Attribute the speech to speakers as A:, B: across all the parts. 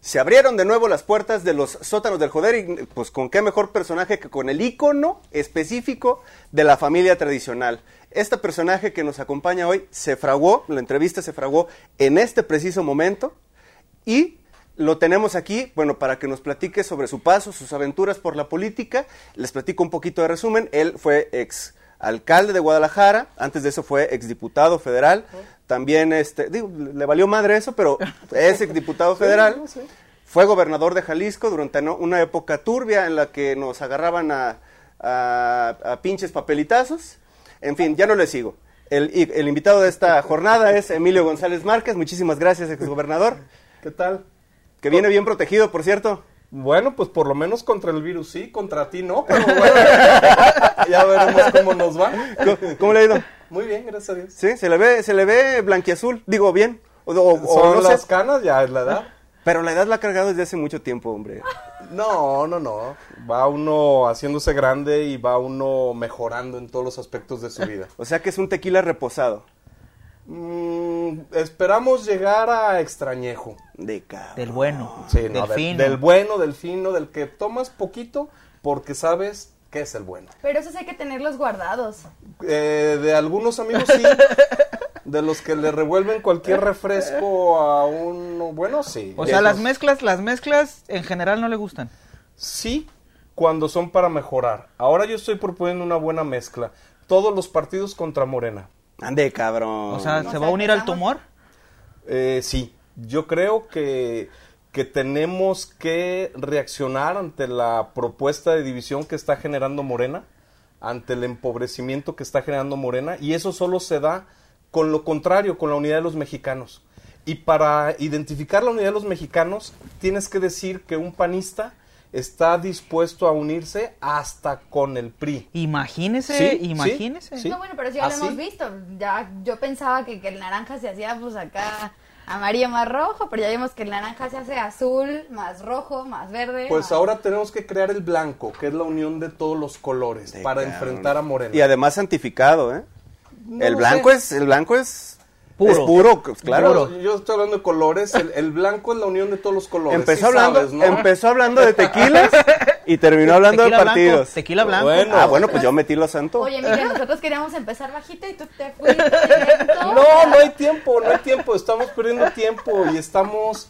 A: se abrieron de nuevo las puertas de los sótanos del joder y pues con qué mejor personaje que con el ícono específico de la familia tradicional. Este personaje que nos acompaña hoy se fraguó, la entrevista se fraguó en este preciso momento y lo tenemos aquí, bueno, para que nos platique sobre su paso, sus aventuras por la política. Les platico un poquito de resumen. Él fue ex alcalde de Guadalajara, antes de eso fue exdiputado federal, también este, digo, le valió madre eso, pero es exdiputado federal. Fue gobernador de Jalisco durante no- una época turbia en la que nos agarraban a, a- a pinches papelitazos. En fin, ya no le sigo. El, y- el invitado de esta jornada es Emilio González Márquez. Muchísimas gracias, exgobernador.
B: ¿Qué tal?
A: Que viene bien protegido, por cierto.
B: Bueno, pues por lo menos contra el virus sí, contra ti no, pero bueno, ya veremos cómo nos va.
A: ¿Cómo, cómo le ha ido?
B: Muy bien, gracias a Dios.
A: Sí, se le ve, se le ve blanquiazul. Digo, bien. O, o- o
B: Son
A: no sé.
B: las canas, ya es la edad.
A: Pero la edad la ha cargado desde hace mucho tiempo, hombre.
B: No, no, no. Va uno haciéndose grande y va uno mejorando en todos los aspectos de su vida.
A: O sea que es un tequila reposado.
B: Mm, esperamos llegar a extrañejo.
A: De cabrón.
C: Del bueno.
B: Sí,
C: del
B: no, de-
C: fino.
B: del bueno, del fino, del que tomas poquito porque sabes que es el bueno.
D: Pero esos hay que tenerlos guardados.
B: Eh, de algunos amigos sí. De los que le revuelven cualquier refresco a uno. Bueno, sí.
C: O sea, las
B: Esos-
C: mezclas, las mezclas en general no le gustan.
B: Sí, cuando son para mejorar. Ahora yo estoy proponiendo una buena mezcla. Todos los partidos contra Morena.
A: Ande, cabrón.
C: O sea,
A: No.
C: ¿se
D: O
C: va
D: sea,
C: a unir al
D: empezamos-
C: tumor?
B: Eh, sí, yo creo que, que tenemos que reaccionar ante la propuesta de división que está generando Morena, ante el empobrecimiento que está generando Morena, y eso solo se da con lo contrario, con la unidad de los mexicanos. Y para identificar la unidad de los mexicanos, tienes que decir que un panista está dispuesto a unirse hasta con el PRI.
C: Imagínese,
B: Sí, sí,
C: imagínese.
B: sí.
D: No, bueno, pero sí ya
B: ¿Ah,
D: lo
B: sí?
D: hemos visto. Ya, yo pensaba que, que el naranja se hacía pues acá amarillo más rojo, pero ya vimos que el naranja se hace azul, más rojo, más verde.
B: Pues
D: más-
B: ahora tenemos que crear el blanco, que es la unión de todos los colores,
A: De
B: para
A: cabrón.
B: enfrentar a Morena.
A: Y además santificado, ¿eh?
B: No
A: el
B: lo
A: blanco
B: sé.
A: es, el blanco es
C: Puro.
A: es puro, c- claro.
C: Puro.
B: Yo, yo estoy hablando de colores. El, el blanco es la unión de todos los colores.
A: Empezó
B: sí
A: hablando,
B: sabes, ¿no?
A: empezó hablando de tequilas y terminó hablando
C: Tequila
A: de
C: blanco,
A: partidos.
C: tequila blanco.
B: Bueno.
A: Ah, bueno, pues yo metí lo santo.
D: Oye, mira, nosotros queríamos empezar bajito y tú te fuiste directo.
B: No, no hay tiempo, no hay tiempo. Estamos perdiendo tiempo y estamos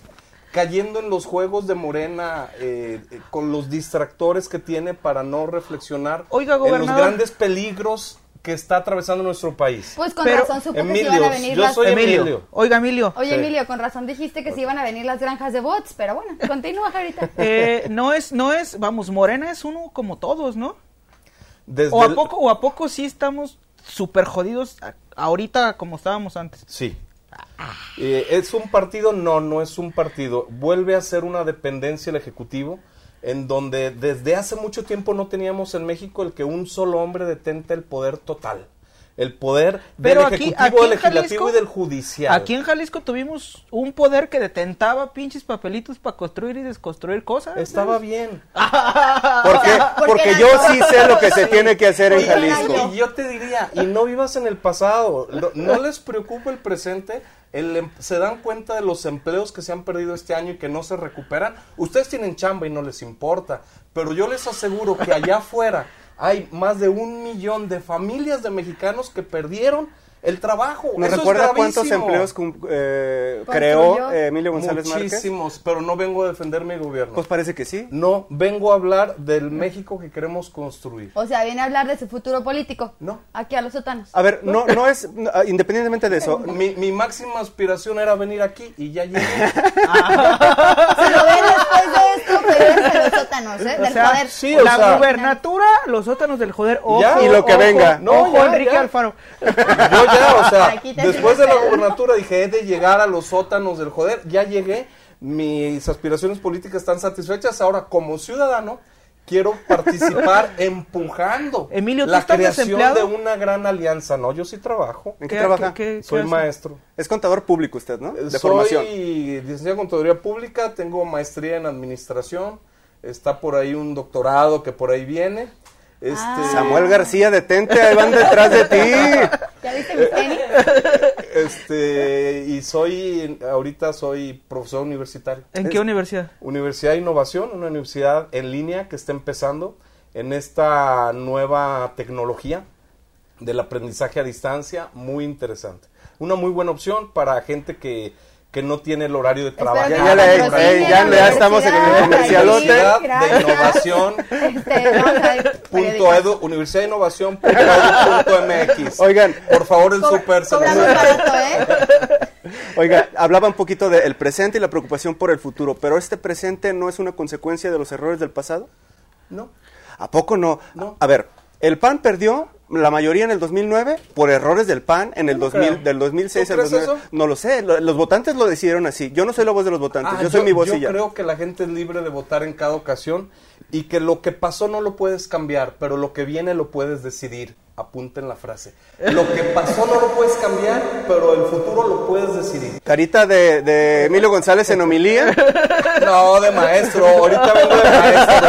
B: cayendo en los juegos de Morena eh, eh, con los distractores que tiene para no reflexionar
C: Oiga,
B: en los
C: gobernador.
B: grandes peligros que está atravesando nuestro país.
D: Pues con
C: Pero,
D: razón supe que se
B: Emilio,
D: iban a venir
B: yo
D: las...
B: soy-
C: Emilio.
B: Emilio.
C: Oiga, Emilio.
D: Oye,
B: Sí.
D: Emilio, con razón dijiste que se iban a venir las granjas de bots, pero bueno, continúa, Jarita.
C: eh, no es, no es, vamos, Morena es uno como todos, ¿no?
B: Desde
C: O a
B: el-
C: poco, o a poco sí estamos súper jodidos a- ahorita como estábamos antes.
B: Sí. Eh, ¿Es un partido? No, no es un partido. Vuelve a ser una dependencia el Ejecutivo, en donde desde hace mucho tiempo no teníamos en México el que un solo hombre detente el poder total. El poder
C: Pero
B: del
C: aquí-
B: Ejecutivo,
C: aquí en
B: del Legislativo
C: Jalisco-
B: y del Judicial.
C: Aquí en Jalisco tuvimos un poder que detentaba pinches papelitos para construir y desconstruir cosas.
B: Estaba bien.
A: ¿Por qué?
D: Porque
A: Porque
D: eran
A: yo
D: todos.
A: sí sé lo que se tiene que hacer en
D: Porque eran
A: Jalisco.
D: todos.
B: Y yo te diría, y no vivas en el pasado, no, no les preocupa el presente, el em- se dan cuenta de los empleos que se han perdido este año y que no se recuperan. Ustedes tienen chamba y no les importa, pero yo les aseguro que allá afuera hay más de un millón de familias de mexicanos que perdieron el trabajo.
A: ¿Nos
B: Eso es
A: recuerda cuántos
B: gravísimo.
A: empleos cum- eh,
D: Construyó.
A: creó eh, Emilio González Márquez?
B: Muchísimos, pero no vengo a defender mi gobierno.
A: Pues parece que sí.
B: no, vengo a hablar del México que queremos construir.
D: O sea, viene a hablar de su futuro político.
B: No. Ah,
D: Aquí a los sótanos.
A: A ver, no, no es, no, ah, independientemente de eso,
B: Mi, mi máxima aspiración era venir aquí y ya llegué.
D: Se lo ven después de esto, pero es a los sótanos, ¿eh? Del
C: O sea,
D: poder.
B: sí, o
C: la
B: sea-
C: gubernatura, los sótanos del joder, ojo,
B: Ya,
A: y lo que
C: ojo,
A: venga.
B: No,
C: ojo,
B: ya,
C: Enrique
B: ya.
C: Alfaro.
B: Yo ya, o sea,
D: Aquí te
B: después de la
D: enseñaste.
B: gobernatura dije, he de llegar a los sótanos del joder, ya llegué, mis aspiraciones políticas están satisfechas, ahora como ciudadano quiero participar empujando
C: Emilio, ¿tú
B: la
C: estás
B: creación
C: desempleado?
B: de una gran alianza, ¿no? Yo sí trabajo,
A: ¿en qué, trabaja?
B: soy
C: hace?
B: maestro.
A: Es contador público usted, ¿no?
B: Eh,
A: De
B: soy
A: formación.
B: licenciado en Contaduría Pública, tengo maestría en Administración, está por ahí un doctorado que por ahí viene. Este,
D: Ah.
A: Samuel García, detente, ahí van detrás de ti.
D: ¿Ya viste mis tenis?
B: Este, y soy, ahorita soy profesor universitario.
C: ¿En qué
B: Es-
C: universidad?
B: Universidad de Innovación, una universidad en línea que está empezando en esta nueva tecnología del aprendizaje a distancia, muy interesante. Una muy buena opción para gente que, que no tiene el horario de trabajo.
D: Espero
A: Ya,
D: que
A: ya
D: nos
A: le-
D: patrocine
A: eh, ya
D: la
A: le- ya estamos en el
D: universidad.
A: comercialote.
D: Ahí,
B: Universidad de
D: gracias.
B: Innovación.
D: Este, vamos a ver,
B: Punto
D: periodistas.
B: edu, Universidad de Innovación punto edu punto MX.
A: Oigan.
B: por favor, el
D: Cobra-
B: super se
D: cobramos
B: nos-
D: barato, ¿eh?
A: Oiga, hablaba un poquito del presente y la preocupación por el futuro, pero este presente no es una consecuencia de los errores del pasado.
B: No.
A: ¿A poco no?
B: No.
A: A ver, el PAN perdió la mayoría en el 2009 por errores del PAN en el
B: No
A: 2000,
B: creo.
A: del 2006
B: ¿Tú
A: al
B: crees
A: 2009.
B: eso?
A: No lo sé, lo- los votantes lo decidieron así. Yo no soy la voz de los votantes,
B: Ah,
A: yo soy mi voz y ya.
B: Yo creo que la gente es libre de votar en cada ocasión y que lo que pasó no lo puedes cambiar, pero lo que viene lo puedes decidir. Apunten la frase. Lo que pasó no lo puedes cambiar, pero el futuro lo puedes decidir.
A: Carita de, de Emilio González en homilía.
B: No, de maestro. Ahorita vengo de maestro.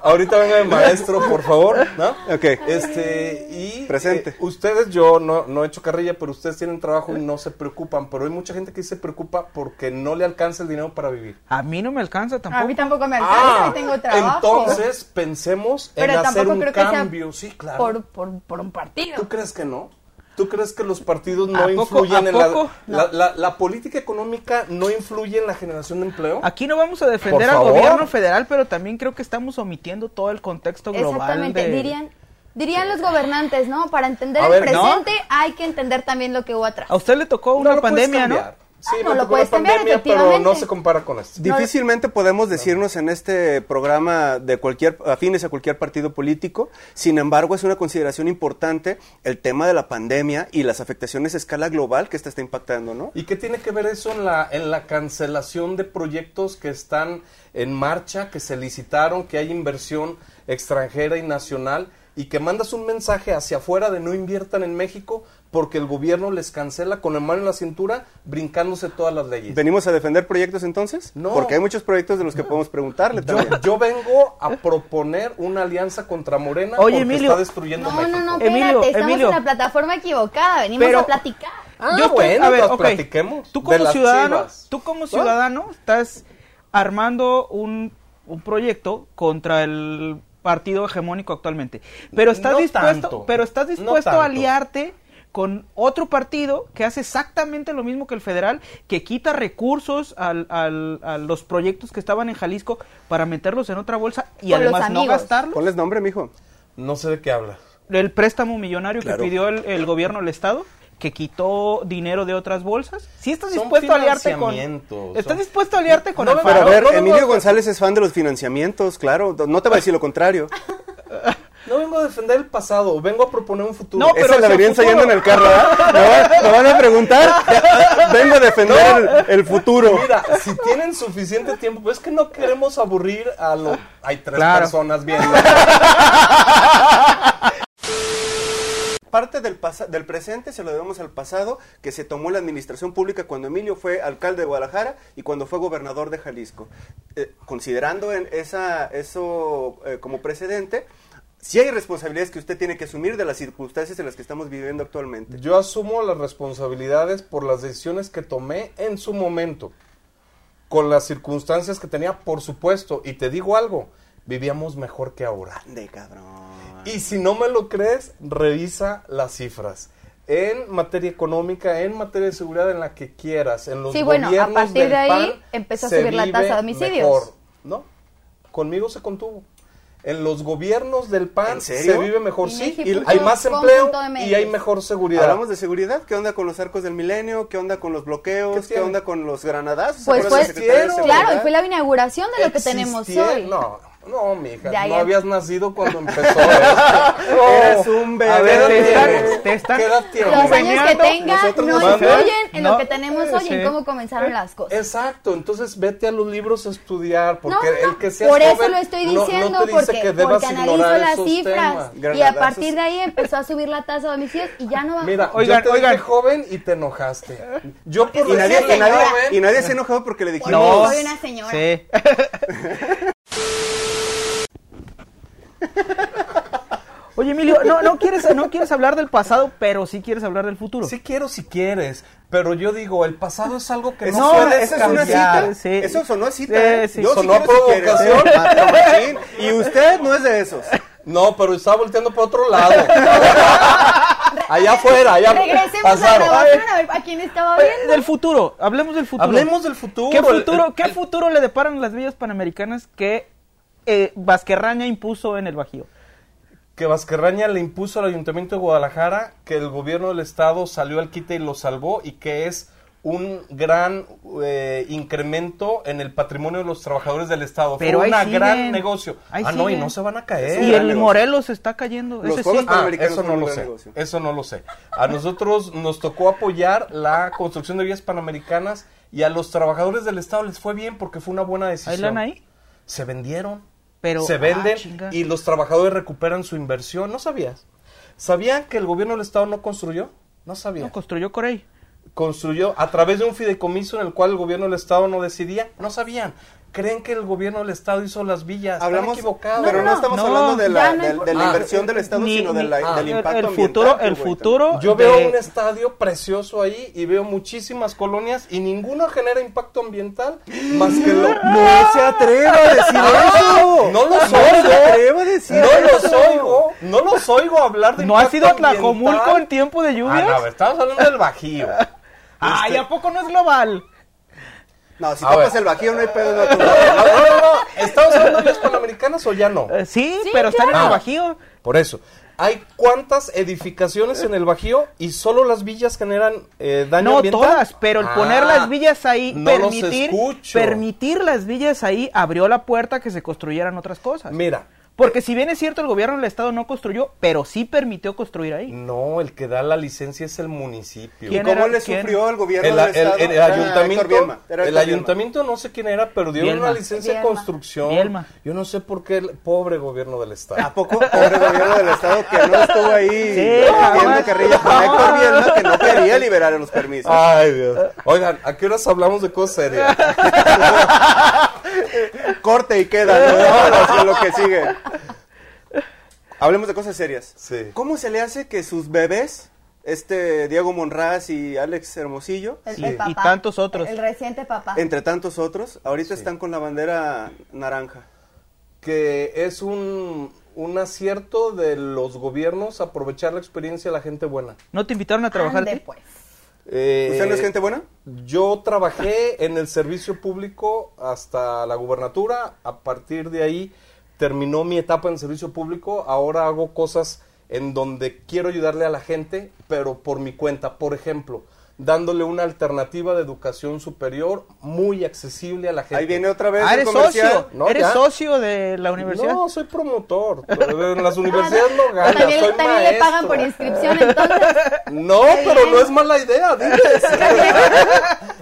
B: Ahorita vengo de maestro, por favor. ¿no?
A: Ok.
B: Este, y.
A: Presente.
B: eh, ustedes, yo no, no he hecho carrilla, pero ustedes tienen trabajo y no se preocupan. Pero hay mucha gente que se preocupa porque no le alcanza el dinero para vivir.
C: A mí no me alcanza tampoco.
D: A mí tampoco me alcanza,
B: Ah,
D: yo tengo trabajo.
B: Entonces pensemos
D: Pero
B: en hacer
D: tampoco
B: un
D: creo que sea
B: cambio, sí, claro.
D: por, por, por un partido.
B: ¿Tú crees que no? ¿Tú crees que los partidos no
C: ¿A poco-
B: influyen
C: a
B: en la,
C: poco?
B: la, la- la política económica no influye en la generación de empleo?
C: Aquí no vamos a defender
B: Por
C: al
B: favor.
C: gobierno federal, pero también creo que estamos omitiendo todo el contexto global.
D: Exactamente,
C: de-
D: dirían, dirían los gobernantes, ¿no? Para entender
B: A
D: el
B: ver, ¿no?
D: presente hay que cambiar también lo que hubo atrás.
C: A usted le tocó
B: No
C: una
B: lo puedes
C: pandemia, ¿no?
B: cambiar. Sí,
D: Ah,
B: me
D: no, lo
B: tocó
D: puedes
B: la
D: cambiar,
B: pandemia, pero no
D: efectivamente.
B: se compara con esto.
A: Difícilmente podemos decirnos en este programa de cualquier afines a cualquier partido político. Sin embargo, es una consideración importante el tema de la pandemia y las afectaciones a escala global que esta está impactando, ¿no?
B: ¿Y qué tiene que ver eso en la, en la cancelación de proyectos que están en marcha, que se licitaron, que hay inversión extranjera y nacional y que mandas un mensaje hacia afuera de no inviertan en México porque el gobierno les cancela con la mano en la cintura brincándose todas las leyes?
A: ¿Venimos a defender proyectos entonces?
B: No.
A: Porque hay muchos proyectos de los que podemos preguntarle
B: Yo,
A: también.
B: yo vengo a proponer una alianza contra Morena
C: Oye,
B: porque
C: Emilio.
B: está destruyendo
D: No,
B: México. Eh,
D: no, no, espérate,
C: Emilio,
D: estamos
C: Emilio.
D: en la plataforma equivocada, venimos
C: Pero-
D: a platicar.
B: Ah,
C: estoy-
B: bueno, pues
C: ok.
B: platiquemos
C: Tú
B: de
C: como
B: las
C: ciudadano,
B: chivas.
C: tú como
B: ¿No?
C: ciudadano estás armando un, un proyecto contra el partido hegemónico actualmente. Pero estás
B: No
C: dispuesto,
B: tanto.
C: pero estás
B: No
C: dispuesto
B: tanto.
C: a aliarte con otro partido que hace exactamente lo mismo que el federal, que quita recursos al- al- a los proyectos que estaban en Jalisco para meterlos en otra bolsa y
D: Con los
C: además no
D: amigos.
C: gastarlos.
A: Ponles nombre, mijo.
B: No sé de qué hablas.
C: El préstamo millonario
A: Claro.
C: que pidió el, el gobierno del Estado, que quitó dinero de otras bolsas. Si estás
B: Son
C: dispuesto a aliarte con.
B: financiamientos,
C: Estás
B: son-
C: dispuesto a aliarte con
B: No,
C: el
B: no,
A: Pero a
C: faro?
A: ver,
B: no, no,
A: Emilio
B: no.
A: González es fan de los financiamientos, claro. No te va a decir lo contrario.
B: No vengo a defender el pasado, vengo a proponer un futuro.
C: No, pero
A: Esa la
C: hacia
A: venía
C: el futuro.
A: ensayando en el carro, ¿verdad? ¿Me, van- me van a preguntar? Vengo a defender el, el futuro.
B: Mira, si tienen suficiente tiempo, pues es que no queremos aburrir a los... Hay tres
C: Claro.
B: personas viendo.
A: Parte del, pasa- del presente se lo debemos al pasado que se tomó la administración pública cuando Emilio fue alcalde de Guadalajara y cuando fue gobernador de Jalisco. Eh, considerando en esa, eso eh, como precedente, sí hay responsabilidades que usted tiene que asumir de las circunstancias en las que estamos viviendo actualmente.
B: Yo asumo las responsabilidades por las decisiones que tomé en su momento, con las circunstancias que tenía, por supuesto. Y te digo algo, vivíamos mejor que ahora.
A: De cabrón.
B: Y si no me lo crees, revisa las cifras. En materia económica, en materia de seguridad, en la que quieras, en los
D: Sí, bueno, a
B: gobiernos
D: partir
B: del
D: de ahí
B: PAN,
D: empezó a
B: se
D: subir la
B: vive
D: tasa de homicidios.
B: mejor. No, conmigo se contuvo. En los gobiernos del PAN
A: ¿En serio?
B: se vive mejor,
D: Y
B: sí.
D: México
B: y hay más
D: con
B: empleo
D: punto MX.
B: y hay mejor seguridad.
A: Hablamos de seguridad, ¿qué onda con los arcos del milenio? ¿Qué onda con los bloqueos?
B: ¿Qué
A: ¿Qué,
B: tiene?
A: onda con los granadazos?
D: Pues
A: ¿Se acuerdan de la
D: fue,
A: Secretaría de
D: claro, y
A: Seguridad?
D: fue la inauguración de lo que tenemos
B: Existía-
D: hoy.
B: No, no, mija,
D: Ya,
B: no
D: ya.
B: habías nacido cuando empezó. esto. No.
A: Eres un bebé.
B: A ver,
C: Te
B: ¿qué
C: están-
B: edad
C: te
B: tienes?
C: están-
B: ¿Qué edad tienes?
D: Los años que
C: Enseñando,
D: tenga
A: nosotros
D: no
A: nos-
D: influyen en
C: No,
D: lo que tenemos hoy,
C: sí.
D: en cómo comenzaron las cosas.
B: Exacto, entonces vete a los libros a estudiar, Eh, porque
D: No, no, no,
B: el que seas
D: por eso
B: joven
D: lo estoy
B: no- no te
D: diciendo,
B: dice que
D: porque,
B: debas
D: porque analizo
B: ignorar
D: las
B: esos
D: cifras.
B: temas.
D: Y a
A: Granadazos.
D: partir de ahí empezó a subir la tasa de homicidios y ya no va.
B: Mira,
C: Oigan,
B: yo te
C: oigan.
B: dije joven y te enojaste. Yo por
A: Y nadie,
B: decirte
A: y, nadie,
B: joven-
A: y nadie se enojó porque le dijimos...
D: No. Soy una señora.
C: Sí. Oye, Oye, Emilio, no, no, quieres, no quieres hablar del pasado, pero sí quieres hablar del futuro.
B: Sí quiero si quieres, pero yo digo, el pasado es algo que
A: Eso
B: no,
A: suena-
B: puedes
A: esa es una
B: cambiar.
A: cita.
C: Sí.
A: Eso sonó a cita.
C: Sí,
A: ¿eh?
C: sí.
A: Yo sí
B: Sonó a
A: quiero si quieres, ¿eh?
B: provocación.
A: Mata machín. Y usted no es de esos.
B: No, pero estaba volteando para otro lado. allá afuera, allá
D: Regresemos
B: pasaron.
D: a grabación a ver a quién estaba
C: Eh,
D: viendo.
C: Del futuro, hablemos del futuro.
B: Hablemos del futuro.
C: ¿Qué
B: El-
C: futuro,
B: el-
C: qué
B: el-
C: futuro le deparan las villas panamericanas que eh, Vasquerraña impuso en el Bajío?
B: que Vasquerraña le impuso al Ayuntamiento de Guadalajara, que el gobierno del estado salió al quite y lo salvó y que es un gran eh, incremento en el patrimonio de los trabajadores del estado.
C: Pero
B: Fue
C: ahí
B: un
C: siguen.
B: gran negocio.
C: Ahí
B: ah, no, y
C: siguen.
B: no se van a caer.
C: y
A: gran
C: el
A: negocio.
C: Morelos se está cayendo.
A: Los
C: ese
A: Juegos
C: sí.
B: Ah,
A: Panamericanos
B: eso
A: son
B: no
A: un
B: lo
A: gran
B: sé.
A: negocio.
B: Eso no lo sé. A nosotros nos tocó apoyar la construcción de vías panamericanas y a los trabajadores del Estado les fue bien porque fue una buena decisión.
C: ¿Hay lana ahí?
B: Se vendieron.
C: Pero-
B: se
C: ah,
B: venden
C: chinga.
B: y los trabajadores recuperan su inversión. ¿No sabías? ¿Sabían que el gobierno del Estado no construyó? No sabía.
C: No, construyó Corey.
B: construyó a través de un fideicomiso en el cual el gobierno del Estado no decidía. No sabían. Creen que el gobierno del Estado hizo las villas.
A: Hablamos,
B: Están equivocados.
A: pero no,
C: No,
A: estamos
C: no,
A: hablando de
D: ya
A: la,
D: no
A: del- de, la
B: importa.
A: inversión del Estado,
C: Ni-
A: sino de
C: ni-
A: la-
C: ah.
A: del
C: el-
A: impacto ambiental,
C: el futuro-
A: güey,
C: el
A: también.
C: futuro-
B: Yo
C: de-
B: veo un estadio precioso ahí y veo muchísimas colonias y ninguna genera impacto ambiental más que lo...
A: No se atreva a decir eso.
B: No los
A: se
B: oigo,
A: atreva a decir
B: no los
A: eso.
B: oigo, no los oigo hablar de
C: ¿No ha
B: impacto
C: sido
B: ambiental.
C: Tlajomulco en tiempo de
B: Ah,
C: lluvias?
B: no, a ver, estamos hablando del Bajío.
C: Ay, ¿a poco no es global?
A: No, si
B: A
A: tapas
B: ver.
A: el bajío no hay pedo. no hay
B: No,
A: problema.
B: no, no, no, ¿Estamos hablando de los panamericanos o ya no?
C: Eh, sí,
D: Sí,
C: pero están en el
B: claro.
C: Bajío.
B: Por eso. Hay cuántas edificaciones en el Bajío y solo las villas generan eh, daño
C: No
B: ambiental.
C: todas, pero el poner
B: Ah,
C: las villas ahí,
B: no los
C: permitir,
B: escucho.
C: permitir las villas ahí abrió la puerta a que se construyeran otras cosas.
B: Mira,
C: Porque si bien es cierto, el gobierno del estado no construyó, pero sí permitió construir ahí.
B: No, el que da la licencia es el municipio.
A: ¿Y
C: ¿Quién
A: cómo
C: era?
A: le
C: ¿Quién?
A: sufrió el gobierno
B: El,
A: del
B: el-
A: Estado?
B: el
A: Era Héctor
B: ayuntamiento,
A: Bielma, era
B: el
A: Héctor Bielma.
B: ayuntamiento no sé quién era, pero dio
C: Bielma.
B: una licencia de
D: Bielma.
B: construcción.
C: Bielma.
B: Yo no sé por qué el pobre gobierno del estado.
A: ¿A poco pobre gobierno del Estado que no estuvo ahí
C: jamás. Ah.
A: viendo carrilla con Héctor Bielma que no quería liberar a los permisos?
B: Ay, Dios. Oigan, ¿a qué horas hablamos de cosas serias?
A: Corte y queda, ¿no? Vámonos con lo que sigue. Hablemos de cosas serias.
B: Sí.
A: ¿Cómo se le hace que sus bebés, este Diego Monraz y Alex Hermosillo,
D: El-
B: Sí.
D: el
B: Y
D: papá.
C: tantos otros.
D: El reciente papá.
A: entre tantos otros, ahorita están con la bandera naranja?
B: que es un, un acierto de los gobiernos aprovechar la experiencia de la gente buena.
C: ¿No te invitaron a trabajar? a
D: Ande,
C: ti?
D: pues.
B: Eh,
A: ¿Usted Pues no es gente buena?
B: Yo trabajé en el servicio público hasta la gubernatura. A partir de ahí terminó mi etapa en el servicio público. Ahora hago cosas en donde quiero ayudarle a la gente, pero por mi cuenta. Por ejemplo, dándole una alternativa de educación superior muy accesible a la gente.
A: Ahí viene otra vez
C: Ah,
A: el
C: eres
A: comercial.
C: socio.
B: No,
C: eres
B: ya.
C: socio de la universidad.
B: No, soy promotor. En las universidades no ganas,
D: Ah, También,
B: soy
D: también le pagan por
B: maestro.
D: inscripción, entonces.
B: No, pero no es mala idea, diles.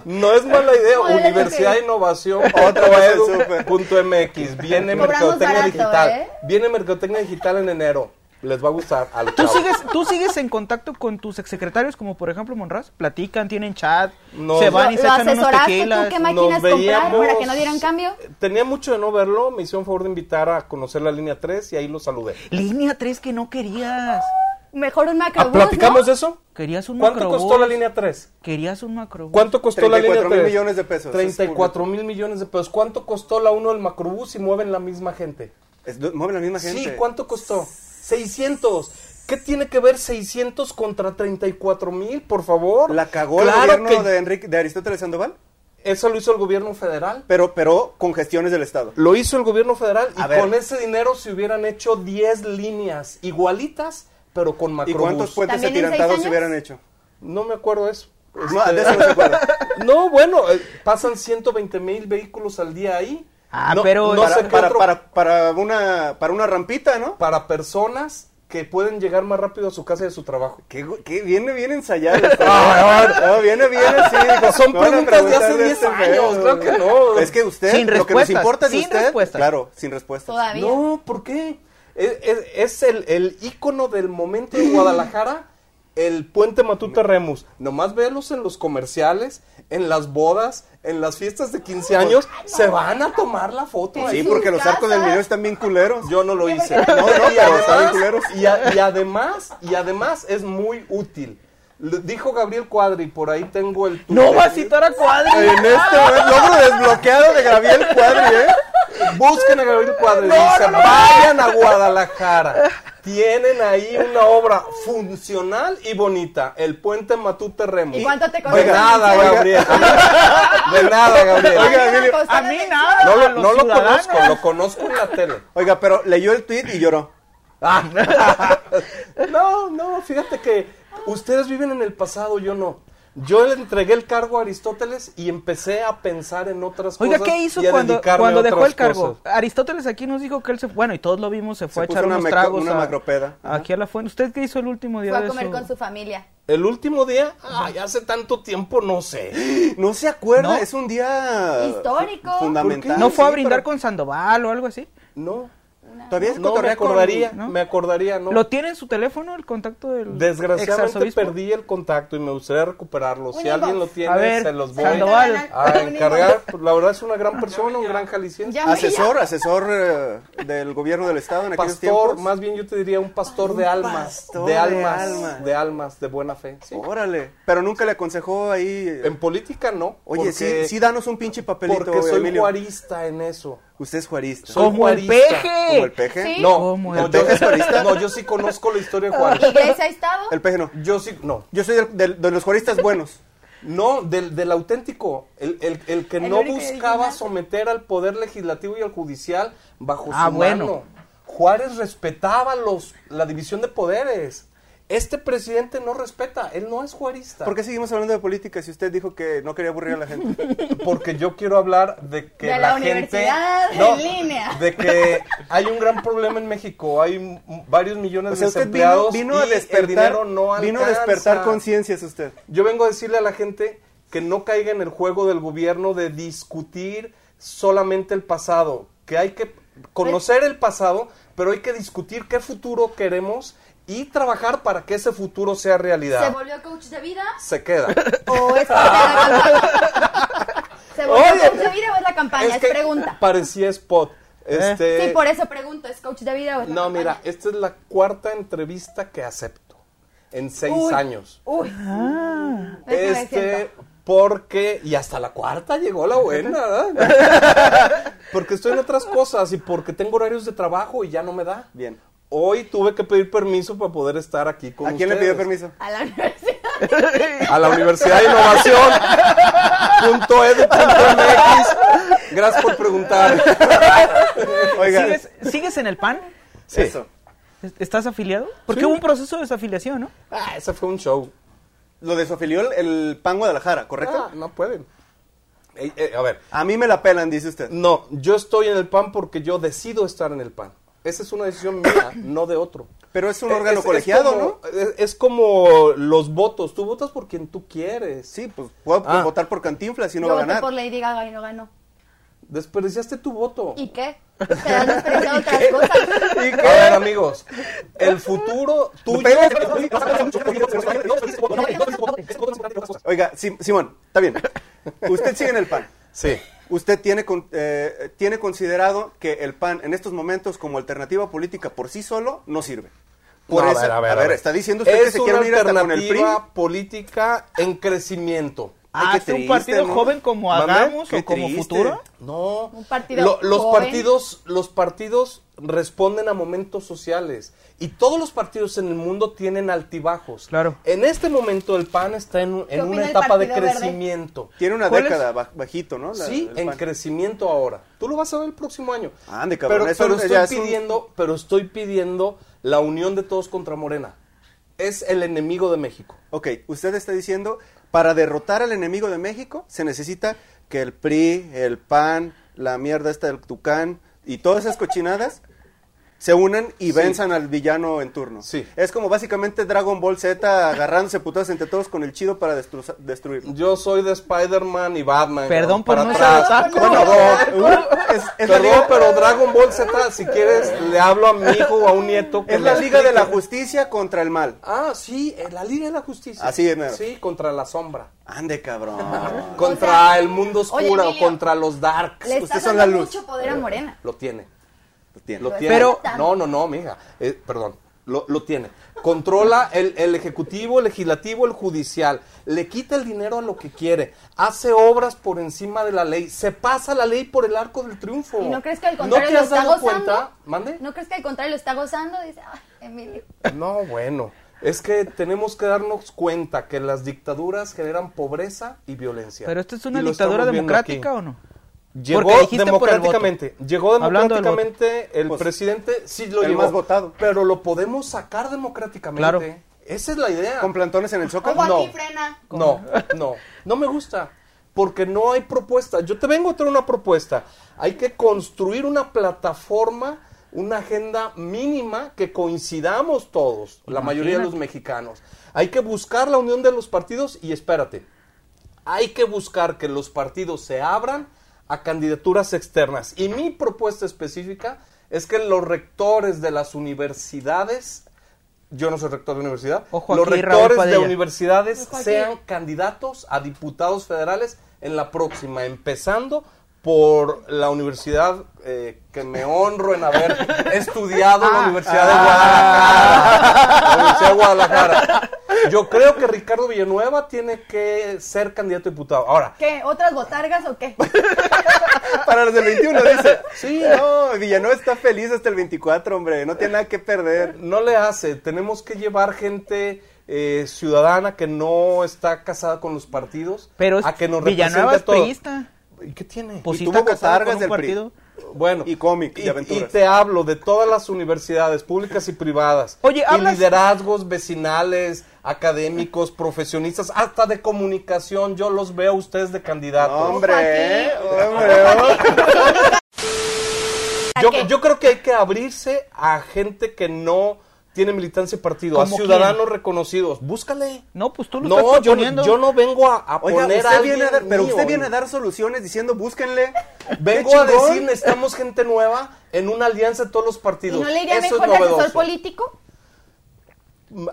B: No es mala idea.
D: Muy bien,
B: Universidad de
D: ok.
B: Innovación.
A: Otra vez el súper.
B: punto MX. Viene
D: Cobramos
B: Mercadotecnia
D: barato,
B: Digital.
D: ¿eh?
B: Viene Mercadotecnia Digital en enero. Les va a gustar. Al
C: ¿Tú
B: cabo.
C: sigues, ¿Tú sigues en contacto con tus exsecretarios, como por ejemplo Monraz? ¿Platican, tienen chat,
B: No.
C: se van y
D: ¿Lo
C: se echan unos
D: asesoraste tú?
C: tequilas?
D: ¿Qué máquinas
B: Nos veíamos-
D: comprar para que no dieran cambio?
B: Tenía mucho de no verlo. Me hicieron favor de invitar a conocer la línea 3 y ahí lo saludé.
C: Línea 3 que no querías.
D: Mejor un macrobús,
B: Ah, ¿Platicamos
D: ¿no?
B: de eso?
C: Querías un
B: ¿Cuánto
C: macrobús.
B: costó la línea 3?
C: Querías un macro.
B: ¿Cuánto costó la línea
A: 34 mil
B: 3?
A: millones de pesos, es
B: 34 mil millones de pesos. ¿Cuánto costó la 1 del macrobús y mueven la misma gente?
A: Es- mueve la misma gente.
B: Sí, ¿cuánto costó? 600. ¿Qué tiene que ver 600 contra 34 mil, por favor?
A: ¿La cagó el gobierno de, Enrique, de Aristóteles Sandoval?
B: Eso lo hizo el gobierno federal.
A: Pero, pero con gestiones del Estado.
B: Lo hizo el gobierno federal y
A: A ver.
B: con ese dinero se hubieran hecho 10 líneas igualitas, pero con
A: ¿Y
B: macrobús.
A: cuántos puentes
D: ¿También en seis
A: atirantados se
D: años?
A: hubieran hecho?
B: No me acuerdo eso.
A: No, de eso no se acuerda.
B: No, bueno, eh, pasan 120 mil vehículos al día ahí.
C: Ah,
B: No-
C: pero-
B: no
A: para,
B: sé qué
A: para,
B: otro-
A: para, para una, para una rampita, ¿no?
B: para personas que pueden llegar más rápido a su casa y a su trabajo.
A: Que viene bien ensayado. este, ¿no? No, viene bien así. dijo,
B: Son
A: "Me van a
B: preguntas de hace
A: preguntar
B: 10
A: este
B: años,
A: pedo".
B: claro que no.
A: Es que usted, lo
C: Sin
A: que nos
C: respuestas,
A: importa es
C: sin
A: usted.
C: respuestas.
A: Claro, sin respuestas.
D: Todavía.
B: No, ¿por qué? Es, es- es el, el ícono del momento de Guadalajara, el puente Matute Remus. Nomás velos en los comerciales, en las bodas, en las fiestas de 15 años, se van a tomar la foto
A: Sí,
B: ahí.
A: porque los arcos del
D: casas.
A: video están bien culeros.
B: Yo no lo hice.
A: No, no, pero
B: Y
A: están bien
B: además-
A: culeros.
B: Y, a- y además, y además es muy útil. Lo Dijo Gabriel Cuadri, por ahí tengo el tuit.
C: No va a citar a
B: Eh,
C: Cuadri.
A: En este momento, logro desbloqueado de Gabriel Cuadri, ¿eh?
B: Busquen a Gabriel Cuadri, dice, vayan a Guadalajara. Tienen ahí una obra funcional y bonita, el puente Matute Remo.
D: ¿Y cuánto te costó?
B: De nada,
A: Oiga.
B: Gabriel. De nada, Gabriel.
A: Oiga, Emilio,
C: A mí nada.
B: no lo,
C: a los
B: no lo
C: ciudadanos.
B: conozco, lo conozco en la tele.
A: Oiga, pero leyó el tweet y lloró.
B: Ah. No, no, fíjate que ustedes viven en el pasado, yo no. Yo le entregué el cargo a Aristóteles y empecé a pensar en otras
C: Oiga,
B: cosas.
C: ¿qué hizo
B: y a
C: cuando,
B: dedicarme
C: cuando
B: a
C: dejó
B: otras
C: el cargo?
B: cosas.
C: Aristóteles aquí nos dijo que él se bueno y todos lo vimos, se fue
A: Se
C: a echar
A: puso una
C: unos
A: meco-
C: tragos
A: una
C: a-
A: macropeda.
C: aquí a la fuente. ¿Usted qué hizo el último día
D: Fue a
C: de
D: comer
C: su-
D: con su familia.
B: El último día, ay, hace tanto tiempo, no sé.
A: No se acuerda,
C: No.
A: es un día
D: Histórico.
A: fu- fundamental.
C: ¿No fue a
B: Sí,
C: brindar
B: pero-
C: con Sandoval o algo así?
B: No,
A: Todavía es
B: no me
A: cotorrea con-
B: acordaría,
C: ¿no?
B: me acordaría, no.
C: ¿Lo tiene en su teléfono el contacto del
B: Desgraciadamente
C: exarzobispo?
B: perdí el contacto y me gustaría recuperarlo. Si
D: Un
B: alguien lo
D: inbox.
B: tiene,
C: A ver,
B: se los voy
C: Sandoval.
B: a
D: Un
B: encargar. Pues, la verdad es una gran persona, un gran jalisciense.
D: Ya me-
A: Asesor, asesor eh, del gobierno del estado en aquellos
B: pastor,
A: tiempos.
B: más bien yo te diría un pastor de almas,
A: pastor
B: de
A: de
B: almas,
A: almas.
B: de almas, de buena fe. sí.
A: Órale, pero nunca le aconsejó ahí. eh,
B: En política no.
A: Oye,
B: porque-
A: sí, sí, danos un pinche papelito,
B: porque soy
A: Emilio.
B: juarista en eso.
A: Usted es juarista.
B: Soy
C: ¡Como el
B: juarista,
C: peje!
A: ¿Como el peje?
D: Sí.
B: No,
C: ¿Cómo
B: no,
A: el
B: yo,
A: peje es juarista?
B: no, yo sí conozco la historia de Juárez.
D: ¿Y Grace ha estado?
A: El peje no.
B: Yo sí, no,
A: Yo soy del- del- de los juaristas buenos.
B: No, del, del auténtico, el, el- el que
D: El
B: no
D: único
B: buscaba
D: original.
B: someter al poder legislativo y al judicial bajo
C: Ah,
B: su
C: bueno.
B: mano. Juárez respetaba los, la división de poderes. Este presidente no respeta, él no es juarista.
A: ¿Por qué seguimos hablando de política si usted dijo que no quería aburrir a la gente?
B: Porque yo quiero hablar de que
D: De
B: la,
D: la
B: gente
D: universidad en línea.
B: de que hay un gran problema en México, hay m- varios millones
A: O sea,
B: de
A: usted vino,
B: desempleados
A: vino a
B: y el
A: despertar,
B: dinero no
A: vino a despertar
B: alcanza.
A: conciencias usted.
B: Yo vengo a decirle a la gente que no caiga en el juego del gobierno de discutir solamente el pasado, que hay que conocer el pasado, pero hay que discutir qué futuro queremos y trabajar para que ese futuro sea
D: ¿Se
B: realidad.
D: volvió coach de vida?
B: Se queda.
D: ¿O es campaña? ¿Se volvió
B: Oye.
D: coach de vida o es la campaña? Es,
B: que
D: pregunta.
B: Parecía spot. Este,
D: Sí, por eso pregunto, ¿es coach de vida o es la
B: No,
D: campaña?
B: mira, esta es la cuarta entrevista que acepto en seis
D: Uy,
B: años.
D: Uy. Déjame
B: Este,
D: siento.
B: porque, y hasta la cuarta llegó la buena, ¿verdad? Porque estoy en otras cosas y porque tengo horarios de trabajo y ya no me da.
A: Bien.
B: Hoy tuve que pedir permiso para poder estar aquí con
A: ¿A quién le
B: ustedes.
A: pidió permiso?
D: A la universidad.
B: A la Universidad de Innovación. punto edu punto MX. Gracias por preguntar.
A: Oiga,
C: ¿Sigues, sigues en el PAN?
A: sí. eso.
C: ¿Estás afiliado? Porque
B: Sí.
C: hubo un proceso de desafiliación, ¿no?
B: Ah, ese fue un show.
A: Lo desafilió el, el PAN Guadalajara, ¿correcto?
B: Ah, no pueden. Eh, eh, a ver,
A: A mí me la pelan, dice usted.
B: No, yo estoy en el PAN porque yo decido estar en el PAN. Esa es una decisión mía, no de otro.
A: Pero es un órgano colegiado,
B: E- Eh, como- Es, es como los votos. Tú votas por quien tú quieres.
A: Sí, pues puedo
B: Ah.
A: votar por Cantinflas y no
D: Yo
A: va a
D: voté
A: ganar.
D: por Lady Gaga y no ganó.
B: Desperdiciaste tu voto.
D: ¿Y qué? Se han despreciado otras cosas.
B: ¿Y qué? A ver, amigos, el futuro tuyo.
A: Oiga, Sim- Simón, está bien. Usted sigue en el PAN.
B: Sí.
A: Usted tiene, con- eh, tiene considerado que el PAN en estos momentos como alternativa política por sí solo no sirve. Por
B: No,
A: eso, está diciendo usted
B: es
A: que se
B: una
A: quiere unir hasta con el PRI.
B: alternativa política en crecimiento.
A: Ay,
C: Ah,
A: qué
C: ¿es un
A: triste,
C: partido
A: ¿no?
C: joven como
A: Mamá,
C: Hagamos
A: qué
C: o como
A: triste.
C: Futuro?
B: No.
D: Un partido
B: los
D: joven.
B: partidos, los partidos responden a momentos sociales y todos los partidos en el mundo tienen altibajos.
C: Claro.
B: En este momento el PAN está en, en
D: ¿Qué opina
B: una
D: el
B: etapa de
D: Partido Verde?
B: crecimiento.
A: Tiene una
C: ¿Cuál es?
A: década baj- bajito, ¿no? La-
B: sí,
A: el
B: en
A: PAN.
B: crecimiento ahora. Tú lo vas a ver el próximo año.
A: Ande, cabrón,
B: pero,
A: eso
B: pero
A: ya es
B: estoy
A: un-
B: pidiendo, pero estoy pidiendo la unión de todos contra Morena. Es el enemigo de México.
A: Ok, usted está diciendo, para derrotar al enemigo de México se necesita que el PRI, el PAN, la mierda esta del Tucán y todas esas cochinadas se unan y venzan al villano en turno.
B: Sí.
A: Es como básicamente Dragon Ball Z agarrándose putas entre todos con el chido para destruza- destruir.
B: Yo soy de Spider-Man y Batman.
C: Perdón
B: cabrón,
C: por
B: para
C: no
B: atrás.
C: ser otaku.
B: Bueno, no,
A: Uh, es, es la
B: Perdón,
A: liga,
B: pero Dragon Ball Z, si quieres, le hablo a mi hijo o a un nieto. que
A: es la
B: le
A: liga de la
B: explique.
A: justicia contra el mal.
B: Ah, sí, eh, la Liga de la Justicia.
A: Así es, mero.
B: Sí, contra la sombra.
A: Ande, cabrón.
B: Contra
D: sea,
B: el mundo
D: oye,
B: oscuro o
D: Emilio,
B: contra los darks.
D: Le
A: Ustedes
D: estás
A: son
D: dando
A: la luz.
D: mucho poder a Morena.
B: Lo tiene.
A: Lo tiene.
B: Lo
D: Lo
B: tiene.
D: Pero-
B: no, no, no, mija. Eh, perdón. Lo, lo tiene. Controla el, el ejecutivo, el legislativo, el judicial. Le quita el dinero a lo que quiere. Hace obras por encima de la ley. Se pasa la ley por el arco del triunfo.
D: ¿Y no crees que al contrario
B: ¿No te
D: lo
B: has
D: está
B: dado
D: gozando?
B: cuenta? ¿Mande?
D: ¿No crees que al contrario lo está gozando? Dice, ay, Emilio.
B: No, bueno. Es que tenemos que darnos cuenta que las dictaduras generan pobreza y violencia.
C: Pero esta es
B: Y
C: una
B: lo
C: dictadura
B: estamos viendo aquí.
C: democrática o no?
B: Llegó
C: Porque dijiste por el voto.
B: democráticamente. Llegó
C: Hablando del voto.
B: democráticamente el
A: Pues,
B: presidente, sí lo
A: el
B: llevó,
A: más votado.
B: Pero lo podemos sacar democráticamente.
C: Claro.
B: Esa es la idea.
A: Con plantones en el zócalo.
D: Ojo aquí,
B: no.
D: frena.
B: No, no, no me gusta. Porque no hay propuesta. Yo te vengo a traer una propuesta. Hay que construir una plataforma, una agenda mínima que coincidamos todos, la mayoría de los mexicanos. Hay que buscar la unión de los partidos y espérate, hay que buscar que los partidos se abran a candidaturas externas. Y mi propuesta específica es que los rectores de las universidades, yo no soy rector de universidad,
C: Ojo
B: los
C: aquí, Raúl
B: rectores de
C: Padilla.
B: universidades
D: Ojo aquí.
B: sean candidatos a diputados federales en la próxima, empezando por la universidad eh, que me honro en haber estudiado la Universidad de Guadalajara. La Universidad de Guadalajara. Yo creo que Ricardo Villanueva tiene que ser candidato a diputado. Ahora,
D: ¿Qué? ¿Otras botargas o qué?
A: Para los del 21, dice.
B: Sí.
A: No, Villanueva está feliz hasta el 24, hombre. No tiene nada que perder.
B: no le hace. Tenemos que llevar gente eh, ciudadana que no está casada con los partidos
C: Pero es-
B: a que nos
C: Villanueva
B: represente
C: es
B: a todos.
C: priista.
B: ¿Y qué tiene?
C: Pues
A: Y
C: sí
A: tuvo
C: está casado
A: botargas
C: con un
A: del PRI.
C: partido.
B: Bueno,
A: Y cómic, y
B: y,
A: aventuras.
B: te hablo de todas las universidades públicas y privadas.
C: Oye, hablas-
B: Y liderazgos vecinales, académicos, profesionistas, hasta de comunicación. Yo los veo a ustedes de candidatos.
A: No, hombre,
D: Ojo aquí.
A: ¿eh?
D: Ojo
A: hombre.
D: aquí.
B: yo,
D: ¿A qué?
B: yo creo que hay que abrirse a gente que no tiene militancia y partido, a
C: ¿Cómo
B: ciudadanos reconocidos. Búscale.
C: No, pues tú lo
B: No,
C: estás
B: yo,
C: proponiendo.
B: yo no vengo a, a
A: Oiga,
B: poner a
A: usted viene a
B: alguien
A: dar, pero
B: mío.
A: usted viene a dar soluciones diciendo búsquenle. ¡Qué
B: Vengo a
A: chingón!
B: decir, necesitamos gente nueva en una alianza de todos los
D: ¿Y
B: partidos.
D: no le iría
B: Eso es
D: mejor de asesor
B: novedoso.
D: político?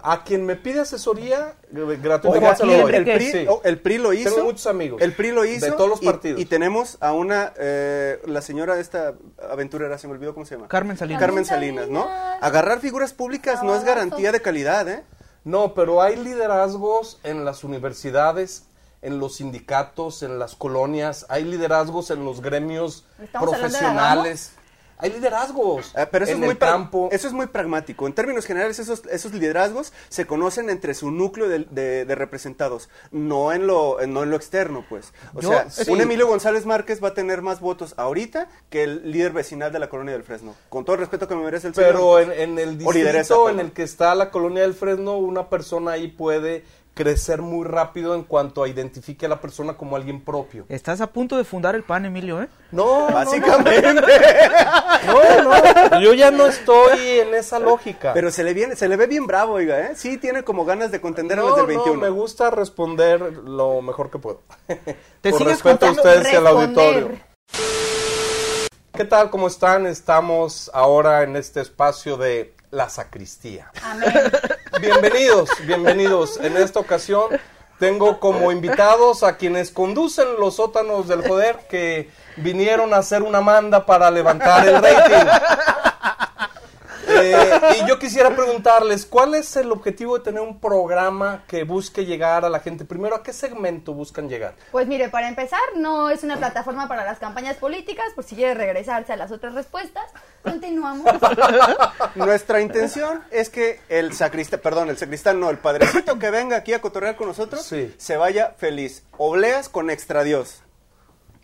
B: A quien me pide asesoría, gr- gratuitamente
A: Oiga,
B: se
A: y
B: lo
A: el,
B: doy.
A: el PRI,
B: Sí. eh,
A: oh, el PRI lo hizo.
B: Tengo muchos amigos.
A: El PRI lo
B: De
A: hizo.
B: todos los
A: y-
B: partidos.
A: Y tenemos a una, eh, la señora de esta aventurera, se me olvidó cómo se llama.
C: Carmen Salinas.
A: Carmen Salinas, ¿no? Agarrar figuras públicas no es garantía de calidad, ¿eh?
B: No, pero hay liderazgos en las universidades, en los sindicatos, en las colonias, hay liderazgos en los gremios
D: ¿Estamos hablando de
B: profesionales. Hay liderazgos
A: Ah, pero eso
B: en
A: es muy
B: el
A: pra-
B: campo.
A: Eso es muy pragmático. En términos generales, esos, esos liderazgos se conocen entre su núcleo de, de- de representados, no en lo, no en lo externo, pues. O
C: Yo-
A: sea,
B: sí.
A: un Emilio González Márquez va a tener más votos ahorita que el líder vecinal de la colonia del Fresno. Con todo el respeto que me merece el señor.
B: Pero en, en el
A: O lideresa,
B: distrito en
A: perdón.
B: el que está la colonia del Fresno, una persona ahí puede crecer muy rápido en cuanto a identifique a la persona como alguien propio.
C: Estás a punto de fundar el PAN, Emilio, ¿eh?
B: No, no,
A: Básicamente.
B: no, no, yo ya no estoy en esa lógica.
A: Pero se le, viene, se le ve bien bravo, oiga, ¿eh? Sí, tiene como ganas de contender a
B: No,
A: los del
B: no,
A: 21.
B: me gusta responder lo mejor que puedo.
C: Te
B: Por
C: sigues
B: respeto a
C: contando-
B: ustedes y al
D: responder.
B: auditorio. ¿Qué tal? ¿Cómo están? Estamos ahora en este espacio de la sacristía.
D: Amén.
B: Bienvenidos, bienvenidos. En esta ocasión tengo como invitados a quienes conducen los sótanos del poder que vinieron a hacer una manda para levantar el rating. Eh, y yo quisiera preguntarles, ¿cuál es el objetivo de tener un programa que busque llegar a la gente? Primero, ¿a qué segmento buscan llegar?
D: Pues mire, para empezar, no es una plataforma para las campañas políticas, por si quiere regresarse a las otras respuestas. Continuamos.
A: Nuestra intención es que el sacristán, perdón, el sacristán no, el padrecito que venga aquí a cotorrear con nosotros,
B: Sí.
A: se vaya feliz. Obleas con extra Dios.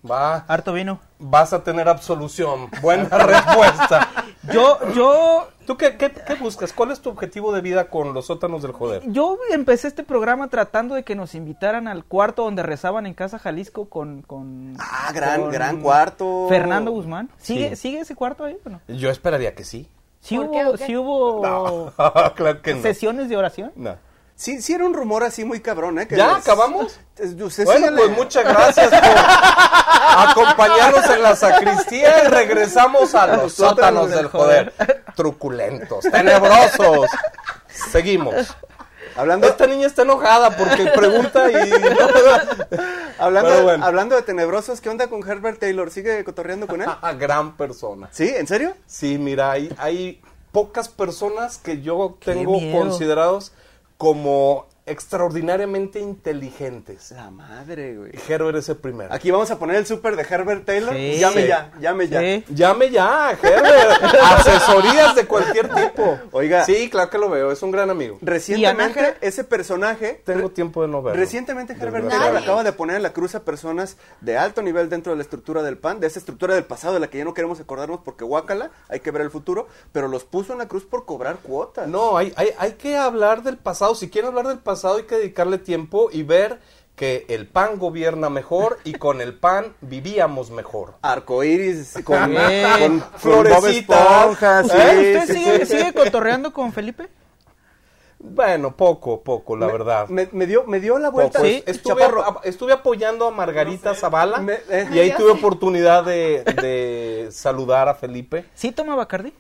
B: Va,
C: Harto vino.
B: vas a tener absolución. Buena respuesta.
C: Yo, yo,
B: ¿Tú qué, qué- qué buscas? ¿Cuál es tu objetivo de vida con los sótanos del joder?
C: yo empecé este programa tratando de que nos invitaran al cuarto donde rezaban en Casa Jalisco con... con
A: Ah, gran,
C: con
A: gran cuarto.
C: Fernando Guzmán. ¿Sigue,
B: Sí.
C: ¿Sigue ese cuarto ahí o no?
B: Yo esperaría que sí.
C: Sí
D: ¿Por
C: hubo,
D: qué o qué?
C: sí hubo
B: claro que no.
C: sesiones de oración.
B: No.
A: Sí, sí era un rumor así muy cabrón, ¿eh? Que
B: ¿Ya
A: les-
B: acabamos?
A: Es- usted
B: bueno,
A: sígale.
B: pues muchas gracias por acompañarnos en la sacristía y regresamos a los sótanos del joder. Truculentos, tenebrosos. Seguimos.
A: Hablando,
B: Esta niña está enojada porque pregunta y...
A: hablando,
B: Pero bueno.
A: hablando de tenebrosos, ¿qué onda con Herbert Taylor? ¿Sigue cotorreando con él?
B: Gran persona.
A: ¿Sí? ¿En serio?
B: Sí, mira, hay, hay pocas personas que yo
C: Qué
B: tengo
C: miedo.
B: considerados como extraordinariamente inteligentes.
A: La madre, güey.
B: Herbert es el primero.
A: Aquí vamos a poner el súper de Herbert Taylor.
C: Sí.
A: Llame ya, llame ya.
C: Sí.
B: Llame ya, Herbert. Asesorías de cualquier tipo.
A: Oiga.
B: Sí, claro que lo veo. Es un gran amigo.
C: ¿Y a
A: Recientemente,
C: Nájera?
A: ese personaje.
B: Tengo tiempo de no verlo.
A: Recientemente Herbert
D: verdad.
A: Taylor
D: Nadie.
A: acaba de poner en la cruz a personas de alto nivel dentro de la estructura del PAN, de esa estructura del pasado de la que ya no queremos acordarnos porque guácala, hay que ver el futuro, pero los puso en la cruz por cobrar cuotas.
B: No, hay, hay, hay que hablar del pasado. Si quieren hablar del pasado, hay que dedicarle tiempo y ver que el pan gobierna mejor y con el pan vivíamos mejor.
A: Arcoíris con,
C: Eh.
A: con, con Bob
B: Florecitas. Ah,
A: Esponja, sí,
C: ¿Eh? ¿Usted
A: sí,
C: sigue,
A: sí.
C: sigue cotorreando con Felipe?
B: Bueno, poco, poco, la
A: Me-
B: verdad.
A: Me, me dio, me dio la
B: Poco.
A: vuelta.
C: Sí.
B: Estuve,
A: pues, Chaparro.
B: ap- estuve apoyando a Margarita Zavala
A: Me- eh.
B: y ahí
D: Ya
B: tuve
D: sé.
B: oportunidad de, de saludar a Felipe.
C: ¿Sí toma Bacardi?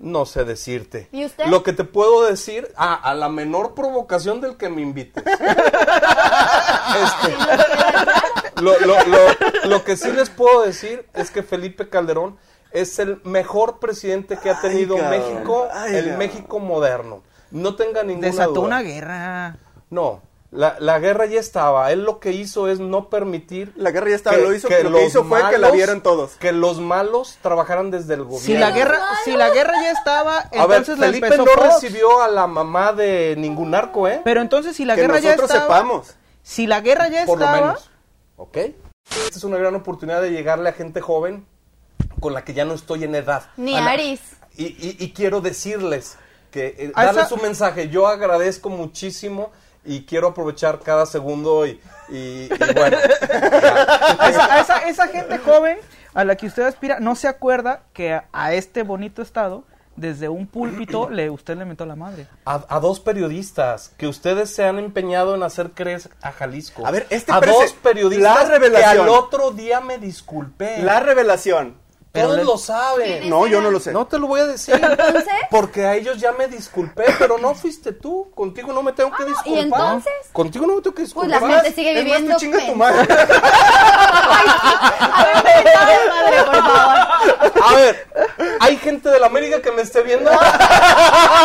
B: No sé decirte.
D: ¿Y usted?
B: Lo que te puedo decir, ah, a la menor provocación del que me invites. Este, lo, lo- lo- lo que sí les puedo decir es que Felipe Calderón es el mejor presidente que ha
A: Ay,
B: tenido
A: cabrón.
B: México,
A: Ay,
B: el
A: cabrón.
B: México moderno. No tenga ninguna
C: Desató
B: duda.
C: una guerra.
B: No, la, la guerra ya estaba. Él lo que hizo es no permitir.
A: La guerra ya estaba, lo hizo- lo que
B: los
A: hizo fue que la vieran todos.
B: Que los malos trabajaran desde el gobierno.
C: Si la guerra, si la guerra ya estaba,
B: A ver,
C: entonces la
B: Felipe
C: empezó
B: no
C: Fox.
B: recibió a la mamá de ningún narco, ¿eh?
C: Pero entonces si la
A: que
C: guerra ya
A: nosotros
C: estaba,
A: sepamos.
C: si la guerra ya
B: Por lo
C: estaba,
B: menos. ¿Ok? Esta es una gran oportunidad de llegarle a gente joven con la que ya no estoy en edad.
D: Ni
B: A la-
D: Aris.
B: Y, y- y quiero decirles que eh,
C: A
B: darles
C: esa-
B: un mensaje. Yo agradezco muchísimo y quiero aprovechar cada segundo y, y- y bueno.
C: a esa, a esa- esa gente joven a la que usted aspira no se acuerda que a, a este bonito estado desde un púlpito le usted le metió la madre.
B: A, a dos periodistas que ustedes se han empeñado en hacer creer a Jalisco.
A: A ver, este
B: a
A: parece
B: dos periodistas
A: la revelación.
B: que al otro día me disculpé.
A: La revelación.
B: Todos
C: Pero le-
B: lo saben.
D: ¿Quién
A: No, yo no lo sé.
B: No te lo voy a decir.
D: Entonces.
B: Porque a ellos ya me disculpé, pero no fuiste tú. Contigo no me tengo que
D: Ah, ¿y
B: disculpar.
D: entonces?
B: Contigo no me tengo que
D: Pues
B: disculpar.
D: la gente sigue
A: Es más,
D: viviendo.
A: tú chinga tu
D: pen-
A: madre.
D: A ver, me sabe madre, por favor.
B: A ver, ¿hay gente de la América que me esté viendo?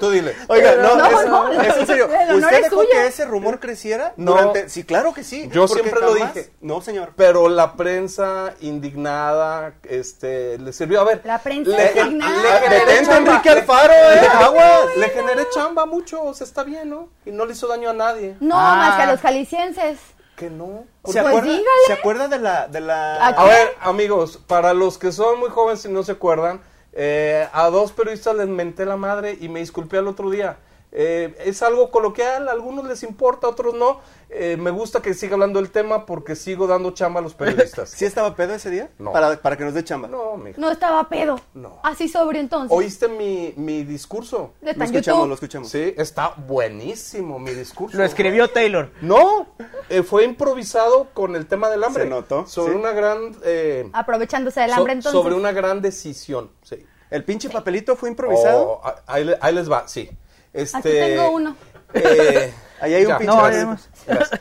B: Tú dile.
A: Oiga, no,
D: No,
A: es,
D: no,
A: es en serio.
D: el honor
A: ¿Usted
D: es
A: dejó
D: suyo.
A: que ese rumor creciera?
B: No.
A: durante- Sí, claro que sí.
B: Yo
A: porque
B: siempre lo
A: jamás-
B: dije.
A: No, señor.
B: Pero la prensa indignada, este, le sirvió. A ver.
D: La prensa
B: le-
D: indignada. Ah,
B: le generé
A: Detente,
B: chamba.
A: Enrique Alfaro, eh.
D: Pues
A: Aguas.
B: Le generé chamba mucho, o sea, está bien, ¿no? Y no le hizo daño a nadie.
D: No,
C: Ah.
D: más que a los jaliscienses.
B: Que no.
A: ¿Se
D: Pues
A: acuerda,
D: dígale.
A: ¿Se acuerda de la, de la...
D: Aquí-
B: A ver, amigos, para los que son muy jóvenes y no se acuerdan, eh, a dos periodistas les menté la madre y me disculpé al otro día. Eh, es algo coloquial, a algunos les importa, a otros no. Eh, me gusta que siga hablando el tema porque sigo dando chamba a los periodistas.
A: ¿Sí estaba pedo ese día?
B: No.
A: Para, para que nos dé chamba.
B: No, mijo.
D: No estaba pedo.
B: No.
D: Así sobre entonces.
B: ¿Oíste mi, mi discurso?
D: De
A: Lo
D: tan
A: escuchamos,
D: YouTube.
A: lo escuchamos.
B: Sí, está buenísimo mi discurso.
C: Lo escribió Taylor.
B: No, eh, fue improvisado con el tema del hambre.
A: Se notó,
B: Sobre
A: sí.
B: una gran... eh,
D: Aprovechándose del
B: so-
D: hambre entonces.
B: sobre una gran decisión, sí.
A: ¿El pinche papelito fue improvisado?
B: Oh, ah, ahí, le- ahí les va, sí. Este,
D: Aquí tengo uno.
B: eh,
A: Ahí hay un
B: ya,
A: pinche
C: No,
A: papelito.
C: además.
B: gracias.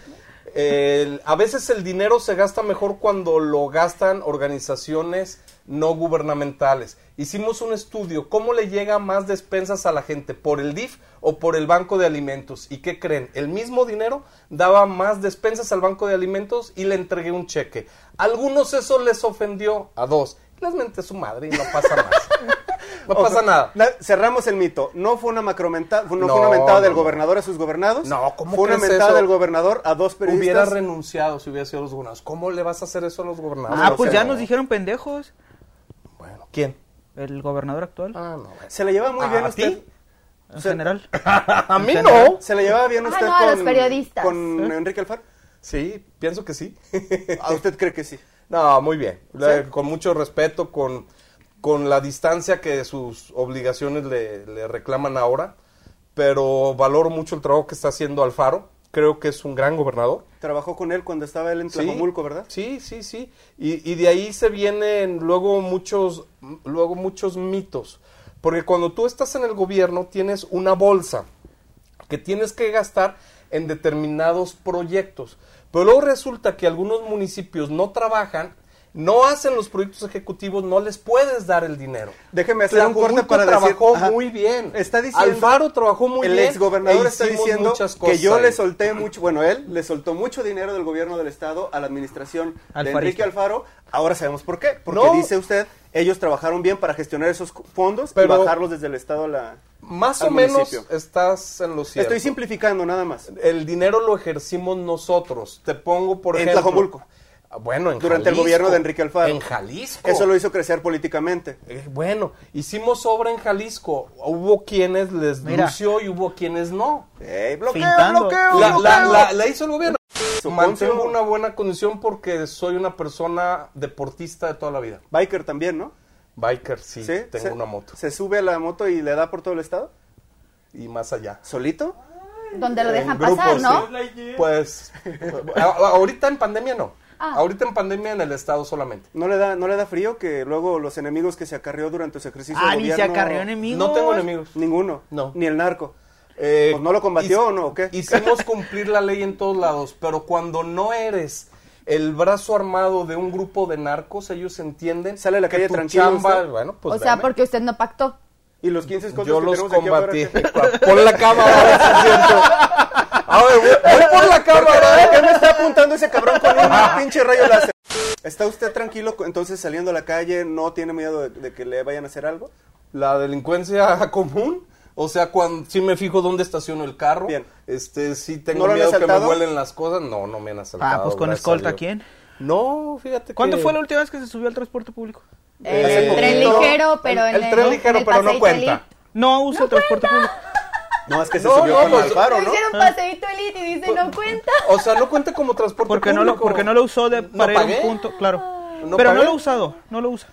B: El- a veces el dinero se gasta mejor cuando lo gastan organizaciones no gubernamentales. Hicimos un estudio, ¿cómo le llega más despensas a la gente? ¿Por el DIF o por el Banco de Alimentos? ¿Y qué creen? El mismo dinero daba más despensas al Banco de Alimentos y le entregué un cheque. A algunos eso les ofendió, a dos. Les menté su madre y no pasa más. No
A: Ok,
B: pasa nada.
A: na- cerramos el mito. No fue una macromentada, no, fue una
B: No,
A: mentada
B: no,
A: del
B: no.
A: gobernador a sus gobernados.
B: No, ¿cómo
A: Fue una
B: crees
A: mentada
B: eso?
A: del gobernador a dos
B: Hubiera
A: periodistas.
B: renunciado si hubiera sido los gobernados. ¿Cómo le vas a hacer eso a los gobernados?
C: Ah,
A: no
C: pues
A: sé,
C: ya
A: no.
C: nos dijeron pendejos.
B: Bueno, ¿quién?
C: El gobernador actual,
B: Ah, pues, no. bueno.
A: Se la lleva muy
B: ¿A
A: bien
B: ti?
A: usted.
C: en
A: se-
C: general.
B: A mí
C: general.
B: no.
A: Se la llevaba bien
D: Ah,
A: usted
D: no, a
A: con,
D: los periodistas.
A: con Enrique Alfaro.
B: Sí, pienso que sí.
A: ¿A usted cree que sí?
B: no, muy bien. La-
A: ¿Sí?
B: Con mucho respeto, con, con la distancia que sus obligaciones le, le reclaman ahora, pero valoro mucho el trabajo que está haciendo Alfaro. Creo que es un gran gobernador.
A: Trabajó con él cuando estaba él en
B: Sí.
A: Tlajomulco, ¿verdad?
B: Sí, sí, sí. Y, y de ahí se vienen luego muchos, luego muchos mitos. Porque cuando tú estás en el gobierno tienes una bolsa que tienes que gastar en determinados proyectos. Pero luego resulta que algunos municipios no trabajan, no hacen los proyectos ejecutivos, no les puedes dar el dinero.
A: Déjeme hacer un corte
B: Tlajomulco
A: para decir-
B: trabajó
A: ajá.
B: muy bien.
A: Está diciendo-
B: Alfaro trabajó muy
A: el
B: bien.
A: exgobernador
B: e
A: está
B: hicimos
A: diciendo
B: muchas
A: que yo
B: cosas
A: le
B: ahí.
A: solté mucho, bueno, él le soltó mucho dinero del gobierno del estado a la administración
C: Alfarista.
A: de Enrique Alfaro. Ahora sabemos por qué, porque
B: No.
A: dice usted, ellos trabajaron bien para gestionar esos cu- fondos y
B: Pero-
A: bajarlos desde el estado a la
B: Más
A: al
B: o menos
A: municipio.
B: estás en lo cierto.
A: Estoy simplificando nada más.
B: el dinero lo ejercimos nosotros. Te pongo, por
A: En
B: ejemplo.
A: Tlajomulco.
B: Ah, Bueno, en
A: Durante el
B: Jalisco.
A: gobierno de Enrique Alfaro.
B: En Jalisco.
A: Eso lo hizo crecer políticamente.
B: Eh, bueno, hicimos obra en Jalisco. Hubo quienes les
C: Mira.
B: lució y hubo quienes no.
A: Ey, bloqueo,
C: Fintando.
A: bloqueo,
B: La, la-
A: bloqueo.
B: la- la hizo el gobierno.
A: Su
B: Mantengo
A: poncho.
B: una buena condición porque soy una persona deportista de toda la vida.
A: Biker también, ¿no?
B: Biker, sí. Tengo
A: ¿Se-
B: una moto.
A: ¿Se sube a la moto y le da por todo el estado?
B: Y más allá.
A: ¿Solito?
D: Donde lo
B: En
D: dejan
B: grupos,
D: pasar, ¿no?
B: sí. Pues, a- a- ahorita en pandemia no.
D: Ah.
B: Ahorita en pandemia en el estado solamente.
A: ¿No le, da, ¿No le da frío que luego los enemigos que se acarreó durante su ejercicio
C: Ah,
A: de
C: ni se
A: gobierno-
C: acarreó enemigos.
B: No tengo enemigos.
A: Ninguno.
B: No.
A: Ni el narco.
B: Eh,
A: Pues, ¿no lo combatió
B: hic-
A: o no, o qué?
B: Hicimos cumplir la ley en todos lados, pero cuando no eres el brazo armado de un grupo de narcos, ellos entienden.
A: Sale a la
B: que
A: calle
B: tu
A: tranquilo,
B: chamba-
A: usted.
B: bueno, pues
D: O sea,
B: veme.
D: porque usted no pactó.
A: Y los 15 escoltas
B: yo
A: que
B: los
A: tenemos aquí afuera,
B: combatí.
A: ¿qué?
B: Pon la cámara, a ver si es cierto. A ver, voy, voy por la cámara.
A: ¿Qué me está apuntando ese cabrón con un pinche rayo láser? ¿Está usted tranquilo co- entonces saliendo a la calle? ¿No tiene miedo de, de que le vayan a hacer algo?
B: La delincuencia común. O sea, cuando si me fijo dónde estaciono el carro,
A: Bien.
B: este, si
A: ¿No
B: tengo
A: lo han
B: miedo que me
A: asaltado?
B: vuelen las cosas, no, no me han asaltado.
C: Ah, pues con
B: gracias a
C: escolta,
B: Dios.
C: ¿quién?
B: No, fíjate.
C: ¿Cuándo
B: que-
C: fue la última vez que se subió al transporte público?
D: El
A: Eh,
D: tren
A: poquito.
D: ligero, pero
B: el,
D: en
B: el tren ligero,
D: en el
B: pero no
D: paseíto
B: cuenta.
D: elite.
C: No usa el transporte público.
A: No, es que se
B: No,
A: subió
B: no,
A: con
B: pues-
A: Alfaro,
D: Le
A: ¿no?
D: hicieron paseíto elite y dice, no cuenta.
B: O sea, no cuenta como transporte
C: Porque no, lo,
B: público.
C: porque no lo usó de,
B: No
C: para ir a
B: pagué.
C: un punto, claro.
B: No
C: Pero
B: pagué.
C: no lo ha usado, no lo usa.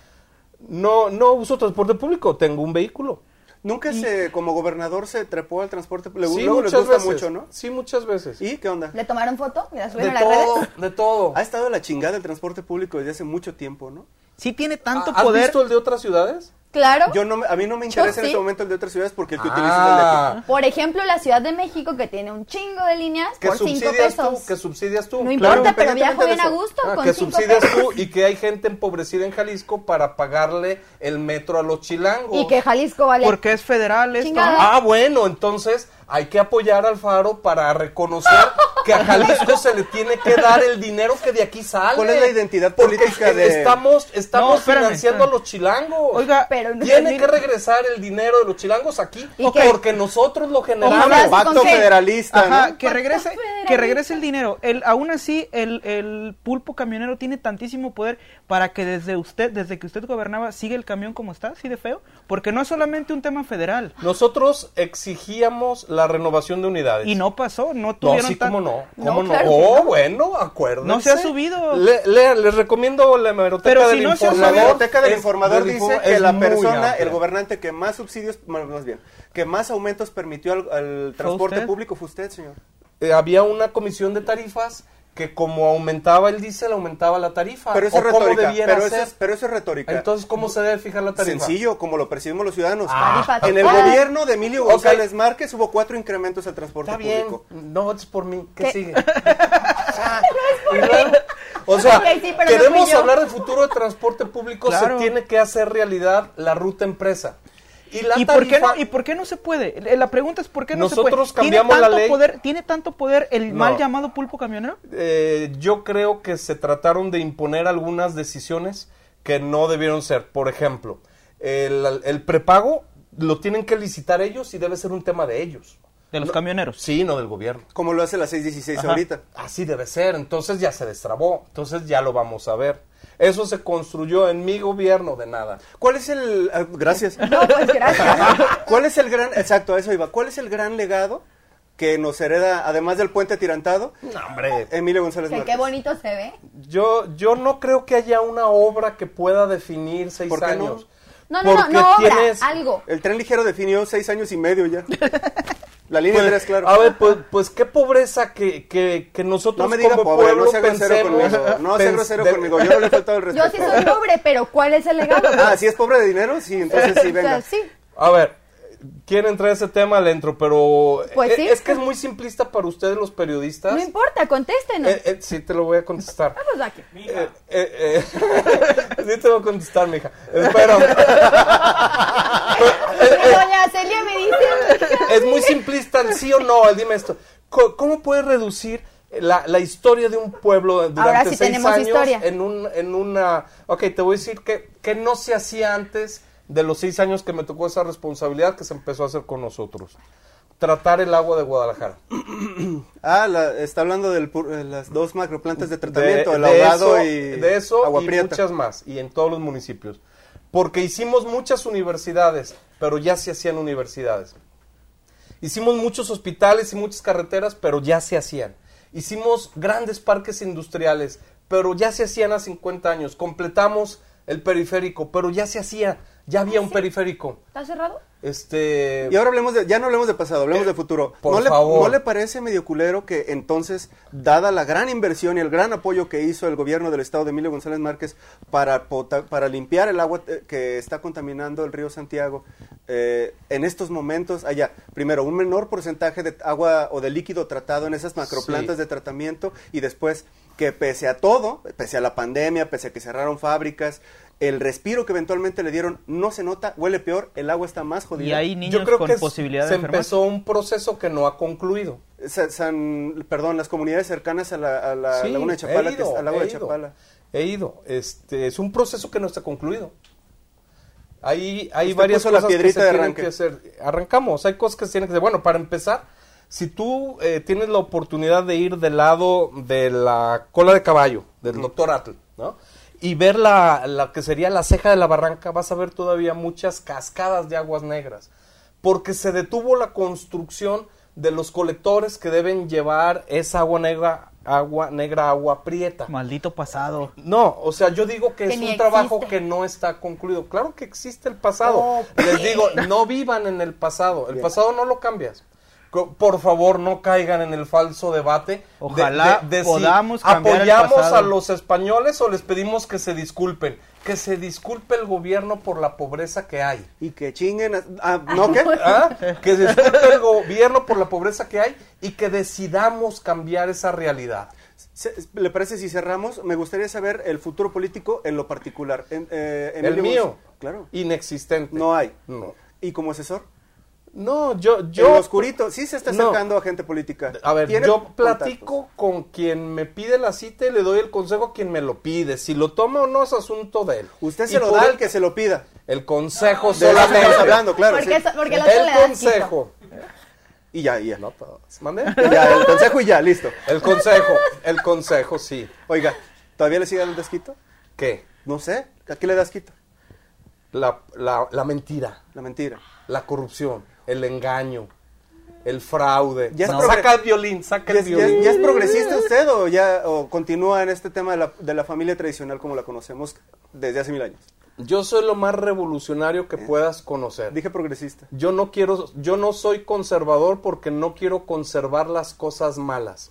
B: No, no uso transporte público, tengo un vehículo.
A: Nunca se, como gobernador, se trepó al transporte. Le,
B: sí,
A: luego les
B: muchas
A: gusta
B: veces.
A: mucho, ¿no?
B: Sí, muchas veces.
A: ¿Y qué onda?
D: ¿Le tomaron foto? ¿Y la
B: de
D: subieron a las
B: todo,
D: redes?
B: de todo.
A: Ha estado la chingada el transporte público desde hace mucho tiempo, ¿no?
C: Sí tiene tanto
B: Ah, ¿Has
C: poder.
B: visto el de otras ciudades?
D: Claro.
A: Yo no, me- a mí no me interesa en
D: sí.
A: este momento el de otras ciudades porque el que
B: Ah,
A: utilizo es el de aquí.
D: Por ejemplo, la Ciudad de México, que tiene un chingo de líneas,
B: que
D: por cinco
B: subsidias
D: pesos.
B: tú, que subsidias tú.
D: No
A: Claro,
D: importa, pero viajo
A: independientemente de
D: bien a
A: eso.
D: gusto
B: Ah,
D: con
B: que
D: cinco
B: subsidias
D: pesos.
B: tú y que hay gente empobrecida en Jalisco para pagarle el metro a los chilangos.
D: Y que Jalisco vale.
C: Porque es federal esto.
D: Chingada.
B: Ah, bueno, entonces hay que apoyar al Faro para reconocer que a Jalisco se le tiene que dar el dinero que de aquí sale.
A: ¿Cuál es la identidad
B: Porque
A: política de-
B: estamos, estamos
C: No, espérame,
B: financiando
C: espérame.
B: a los chilangos.
C: Oiga,
D: Pero no-
B: tiene que regresar el dinero de los chilangos aquí
D: ¿Y
B: Ok.
D: qué?
B: porque nosotros lo
D: Ojalá
B: generamos.
D: ¿con
A: Pacto
D: qué?
A: federalista,
C: Ajá,
A: ¿no?
C: que regrese,
D: federalista.
C: que regrese el dinero. El, aún así, el, el pulpo camionero tiene tantísimo poder para que desde usted, desde que usted gobernaba, siga el camión como está, así de feo. Porque no es solamente un tema federal.
B: Nosotros exigíamos la renovación de unidades.
C: Y no pasó, no
B: No,
C: tuvieron
B: sí,
C: tan-
B: cómo no.
D: No,
B: ¿Cómo no?
D: claro que
B: oh,
D: no.
B: bueno, acuérdense.
C: No se ha subido.
B: Le- lea, les recomiendo la hemeroteca
C: Pero
B: del
C: si no se ha
A: La
B: informador.
C: subido.
A: biblioteca del
B: Es-
A: informador
B: del
A: dice
B: inform-
A: que
B: es
A: la
B: muy
A: persona,
B: amplia.
A: el gobernante que más subsidios, bueno, más bien, que más aumentos permitió al, al transporte
C: usted?
A: público fue usted, señor.
B: Eh, había una comisión de tarifas que como aumentaba el diésel, aumentaba la tarifa.
A: Pero eso
B: Ah, o
A: es
B: cómo
A: retórica.
B: debiera
A: Pero eso,
B: ser.
A: es, pero eso es retórica.
B: Entonces, ¿cómo se debe fijar la tarifa?
A: Sencillo, como lo percibimos los ciudadanos.
B: Ah.
D: Tarifa
A: en el
D: total.
A: gobierno de Emilio
B: Ok.
A: González Márquez hubo cuatro incrementos al transporte
B: Está bien.
A: público.
B: No es por mí. ¿Qué,
D: ¿Qué?
B: sigue? Y luego, O sea,
D: Ok, sí, pero no
B: queremos
D: fui yo.
B: hablar del futuro de transporte público,
C: Claro.
B: se tiene que hacer realidad la ruta empresa. Y la
C: ¿Y por, qué
B: tarifa-
C: no, ¿Y por qué no se puede? Eh, La pregunta es ¿por qué no se puede?
B: Nosotros
C: ¿Tiene
B: cambiamos la
C: tanto
B: ley.
C: Poder, ¿Tiene tanto poder el
B: No.
C: mal llamado pulpo camionero?
B: Eh, yo creo que se trataron de imponer algunas decisiones que no debieron ser. Por ejemplo, el, el prepago lo tienen que licitar ellos y debe ser un tema de ellos.
C: De los
B: No-
C: camioneros.
B: Sí, no del gobierno.
A: Como lo hace la 616
C: Ajá.
A: ahorita.
B: Así debe ser. Entonces ya se destrabó. Entonces ya lo vamos a ver. Eso se construyó en mi gobierno de nada.
A: ¿Cuál es el. ah, gracias.
D: No, pues gracias.
A: ¿Cuál es el gran, exacto, a eso iba, cuál es el gran legado que nos hereda, además del puente atirantado,
B: No, hombre.
A: Emilio González
D: que
A: Márquez?
D: qué bonito se ve.
B: Yo, yo no creo que haya una obra que pueda definir seis
A: ¿Por qué no?
B: años.
D: No, no, no,
B: Porque
D: no obra,
B: tienes-
D: algo.
A: El tren ligero definió seis años y medio ya. La línea
B: Pues,
A: 3, claro.
B: A ver, pues, pues qué pobreza que, que, que
A: no
B: nosotros
A: me diga
B: como
A: pobre,
B: pueblo
A: no sea grosero
B: pensemos-
A: conmigo. No sea
B: pens-
A: grosero
B: de-
A: conmigo, yo no le he faltado el
D: Yo sí
A: respeto.
D: soy pobre, pero ¿cuál es el legado?
A: Ah, si es pobre de dinero, sí, entonces sí,
D: O sea,
A: venga.
D: sí.
B: A ver, quieren entrar a ese tema, le entro, pero
D: Pues
B: eh,
D: sí.
B: es que es muy simplista para ustedes los periodistas.
D: No importa, contéstenos.
B: Eh, eh, sí, te lo voy a contestar.
D: Vamos aquí.
B: Eh, eh, eh, sí te voy a contestar, mija. Espero. eh,
D: Doña Celia me dice.
B: es muy simplista el sí o no, el dime esto. Co- ¿Cómo puedes reducir la, la historia de un pueblo durante
D: Ahora sí
B: seis
D: tenemos
B: años
D: historia.
B: en un en una ok, te voy a decir que, que no se hacía antes de los seis años que me tocó esa responsabilidad que se empezó a hacer con nosotros. Tratar el agua de Guadalajara.
A: Ah, la- está hablando de las dos macroplantas de tratamiento, el
B: de
A: ahogado
B: eso-
A: y
B: de eso
A: agua
B: y
A: prieta.
B: muchas más y en todos los municipios porque hicimos muchas universidades pero ya se hacían universidades hicimos muchos hospitales y muchas carreteras pero ya se hacían hicimos grandes parques industriales pero ya se hacían a 50 años completamos el periférico pero ya se hacía ya había un periférico
D: ¿Está cerrado?
B: este
A: Y ahora hablemos de, ya no hablemos de pasado, hablemos
B: Eh,
A: de futuro.
B: por
A: ¿No le,
B: favor.
A: ¿No le parece medio culero que entonces, dada la gran inversión y el gran apoyo que hizo el gobierno del estado de Emilio González Márquez para, pota- para limpiar el agua eh, que está contaminando el río Santiago, eh, en estos momentos haya, primero, un menor porcentaje de agua o de líquido tratado en esas macroplantas
B: Sí.
A: de tratamiento y después que pese a todo, pese a la pandemia, pese a que cerraron fábricas, el respiro que eventualmente le dieron no se nota, huele peor, el agua está más jodida.
C: Y hay niños con posibilidad
B: se
C: de enfermarse.
B: empezó un proceso que no ha concluido
A: Sa- San, perdón, las comunidades cercanas a la, a la
B: Sí,
A: laguna de Chapala, que es- al lago
B: he
A: de
B: ido,
A: Chapala.
B: He ido. Este, es un proceso que no está concluido. Hay, hay
A: Usted
B: varias
A: puso la
B: cosas que
A: piedrita
B: se
A: de
B: tienen
A: arranque.
B: que hacer. Arrancamos, hay cosas que se tienen que hacer. Bueno, para empezar, si tú eh, tienes la oportunidad de ir del lado de la cola de caballo, del doctor Atl, ¿no? Y ver la, la que sería la ceja de la barranca, vas a ver todavía muchas cascadas de aguas negras. Porque se detuvo la construcción de los colectores que deben llevar esa agua negra, agua negra, agua prieta.
C: Maldito pasado.
B: No, o sea, yo digo que,
D: Que
B: es
D: ni
B: un trabajo
D: existe.
B: que no está concluido. Claro que existe el pasado.
D: Oh,
B: Les digo, no vivan en el pasado. El pasado no lo cambias. Co- Por favor, no caigan en el falso debate. de-
C: Ojalá podamos cambiar el
B: apoyamos
C: pasado.
B: a los españoles o les pedimos que se disculpen. Que se disculpe el gobierno por la pobreza que hay.
A: Y que chinguen. a- ah, ¿No qué?
B: ¿Ah? Que se disculpe el gobierno por la pobreza que hay y que decidamos cambiar esa realidad.
A: Se- ¿Le parece si cerramos? Me gustaría saber el futuro político en lo particular. En- eh,
B: el
A: Emilio
B: mío,
A: Gonz- Claro.
B: inexistente.
A: No hay.
B: No.
A: ¿Y como asesor?
B: No, yo,
A: Yo,
B: yo.
A: oscurito, sí se está
B: No.
A: acercando a gente política.
B: A ver,
A: Tiene
B: yo
A: contactos.
B: platico con quien me pide la cita y le doy el consejo a quien me lo pide. Si lo toma o no es asunto de él.
A: Usted
B: Y
A: se lo
B: por
A: da al
B: el-
A: que se lo pida.
B: El
A: De
B: consejo
A: eso
B: solamente.
A: estamos hablando, claro.
D: porque,
A: sí.
D: eso- porque la otra le
B: el
D: da
B: consejo.
A: Y ya, y ya.
B: No todas. ¿Mande?
A: Y ya, el consejo y ya, listo.
B: El consejo. El consejo, sí.
A: Oiga, ¿todavía le sigue dando desquito?
B: ¿Qué?
A: No sé. ¿A qué le das quito?
B: La, la, la mentira,
A: La mentira.
B: la corrupción, el engaño, el fraude.
A: Ya es
B: Sa-
A: progre-
B: saca el violín, saca
A: ¿Ya,
B: el
A: es- ya
B: violín.
A: es- ya es progresista usted o ya o continúa en este tema de la, de la familia tradicional como la conocemos desde hace mil años?
B: Yo soy lo más revolucionario que puedas conocer.
A: Dije progresista.
B: Yo no quiero, yo no soy conservador porque no quiero conservar las cosas malas.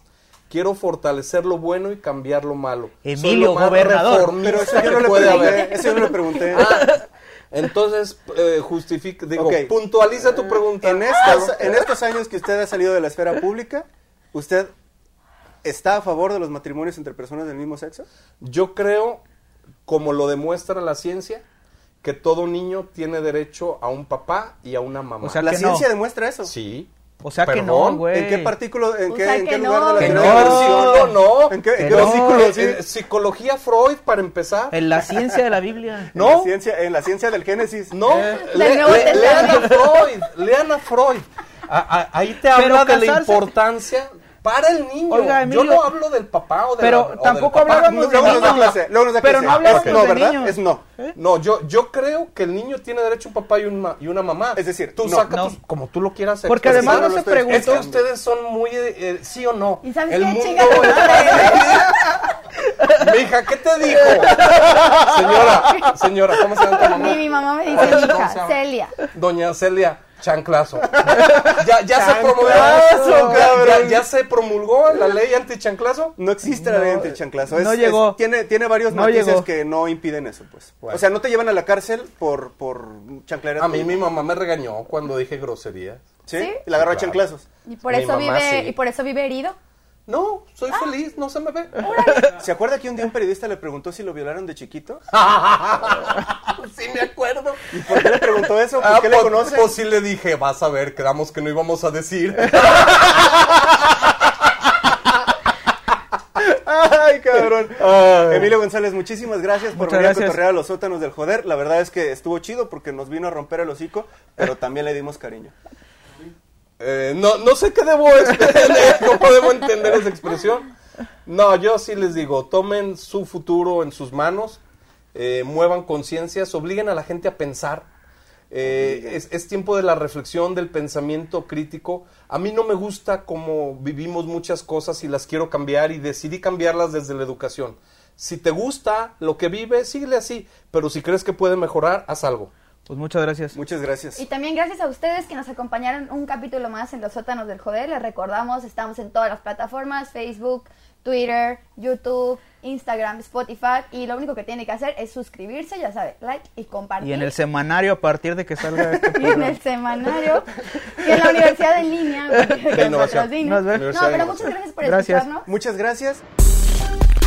B: Quiero fortalecer lo bueno y cambiar lo malo. Soy
C: Emilio,
B: lo más
C: gobernador.
B: reformista
A: Pero eso yo no
B: que
A: le
B: puede
A: pregunté.
B: haber.
A: Eso yo no le pregunté.
B: Ah, entonces, eh, justifica, digo,
A: Ok. Ah,
B: puntualiza tu pregunta.
A: en, estos, en estos años que usted ha salido de la esfera pública, ¿usted está a favor de los matrimonios entre personas del mismo sexo?
B: Yo creo, como lo demuestra la ciencia, que todo niño tiene derecho a un papá y a una mamá.
C: O sea,
A: La
C: que no.
A: ciencia demuestra eso.
B: sí.
C: O sea que
B: Perdón.
C: no, güey.
A: ¿En qué partículo, en
D: O
A: qué,
D: sea
A: en
D: que
A: qué lugar
D: no.
A: de la
C: Que
B: En
C: no.
B: qué
A: teoría
B: versículo no.
A: ¿En qué, en
C: Que
A: qué
C: no.
A: versículo? Sí.
B: Eh, eh, psicología Freud, para empezar.
C: En la ciencia de la Biblia.
A: En, la
B: No,
A: ciencia, en la ciencia del Génesis.
B: no.
D: Del
B: le-
D: Nuevo
B: le- lean a
D: Testamento.
B: Freud, lean a Freud. A- a- ahí te
C: Pero
B: habla de la
C: casarse-
B: importancia para el niño.
C: Oiga,
B: Yo
C: Emilio.
B: no hablo del papá o de
C: Pero
B: la- o del
C: tampoco
B: papá.
C: hablábamos
A: Luego nos da
C: niños.
A: clase. Luego nos da
C: Pero
A: clase.
C: no hablábamos
A: Es no,
C: de
A: ¿verdad?
C: niños.
A: Es no.
C: ¿Eh?
B: No, yo, yo creo que el niño tiene derecho a un papá y, un ma- y una mamá.
A: Es decir,
B: tú
A: no.
B: sacas
C: No.
B: como tú lo quieras.
C: Porque
B: expresar.
C: además
A: no
C: no
A: lo
C: se
A: estoy
B: Es que
C: pregunta.
A: explicando.
B: ustedes son muy, eh, eh, sí o no.
D: ¿Y sabes
B: el
D: qué,
B: mundo
D: chinga tu
B: está- Mija, ¿qué te dijo? Señora, señora, ¿cómo se llama tu mamá?
D: Mi, mi mamá me dice,
B: ¿Cómo
D: mija,
B: se llama?
D: Celia.
B: Doña Celia, chanclazo. Ya, ya se
A: Chanclazo,
B: promulgó. Ya, ya-
A: cabrón.
B: ya se promulgó la ley anti-chanclazo.
A: No existe la ley anti chanclazo.
C: no llegó.
A: tiene, tiene varios
C: No
A: matices
C: llegó.
A: que no impiden eso, pues.
B: Bueno.
A: O sea, no te llevan a la cárcel por, por chancleras.
B: A mí mi mamá me regañó cuando dije groserías.
A: ¿Sí?
D: ¿Sí?
A: Y la agarró a
B: Claro.
A: chanclazos.
D: Y por
B: Mi
D: eso
B: mamá
D: vive,
B: sí.
D: y por eso vive herido.
B: No, soy
A: Ah.
B: feliz, no se me ve.
A: ¿Se acuerda que un día un periodista le preguntó si lo violaron de chiquito?
B: sí, me acuerdo.
A: ¿Y por qué le preguntó eso? ¿Por
B: Ah,
A: qué le
B: pues-
A: conoce?
B: Pues sí le dije, vas a ver, quedamos que no íbamos a decir.
A: Ay, cabrón.
B: Ay.
A: Emilio González, muchísimas gracias por
C: Muchas
A: venir
C: gracias.
A: a cotorrear a los sótanos del joder. La verdad es que estuvo chido porque nos vino a romper el hocico, pero también le dimos cariño.
B: Eh, no, no sé qué debo entender, cómo debo entender esa expresión. No, yo sí les digo, tomen su futuro en sus manos, eh, muevan conciencias, obliguen a la gente a pensar. Eh, es, es tiempo de la reflexión, del pensamiento crítico. A mí no me gusta cómo vivimos muchas cosas y las quiero cambiar y decidí cambiarlas desde la educación. Si te gusta lo que vives, síguele así, pero si crees que puede mejorar, haz algo.
C: Pues muchas gracias.
A: Muchas gracias.
D: Y también gracias a ustedes que nos acompañaron un capítulo más en los sótanos del joder. Les recordamos, estamos en todas las plataformas, Facebook, Twitter, YouTube, Instagram, Spotify. Y lo único que tiene que hacer es suscribirse, ya sabe, like y compartir.
C: Y en el semanario a partir de que salga este
D: Y en
C: programa.
D: el semanario. Y en la universidad en línea. De
B: innovación.
C: Nos vemos.
D: No,
B: Universidad de
D: pero muchas
B: innovación.
D: gracias por
C: Gracias.
D: escucharnos.
A: Muchas gracias.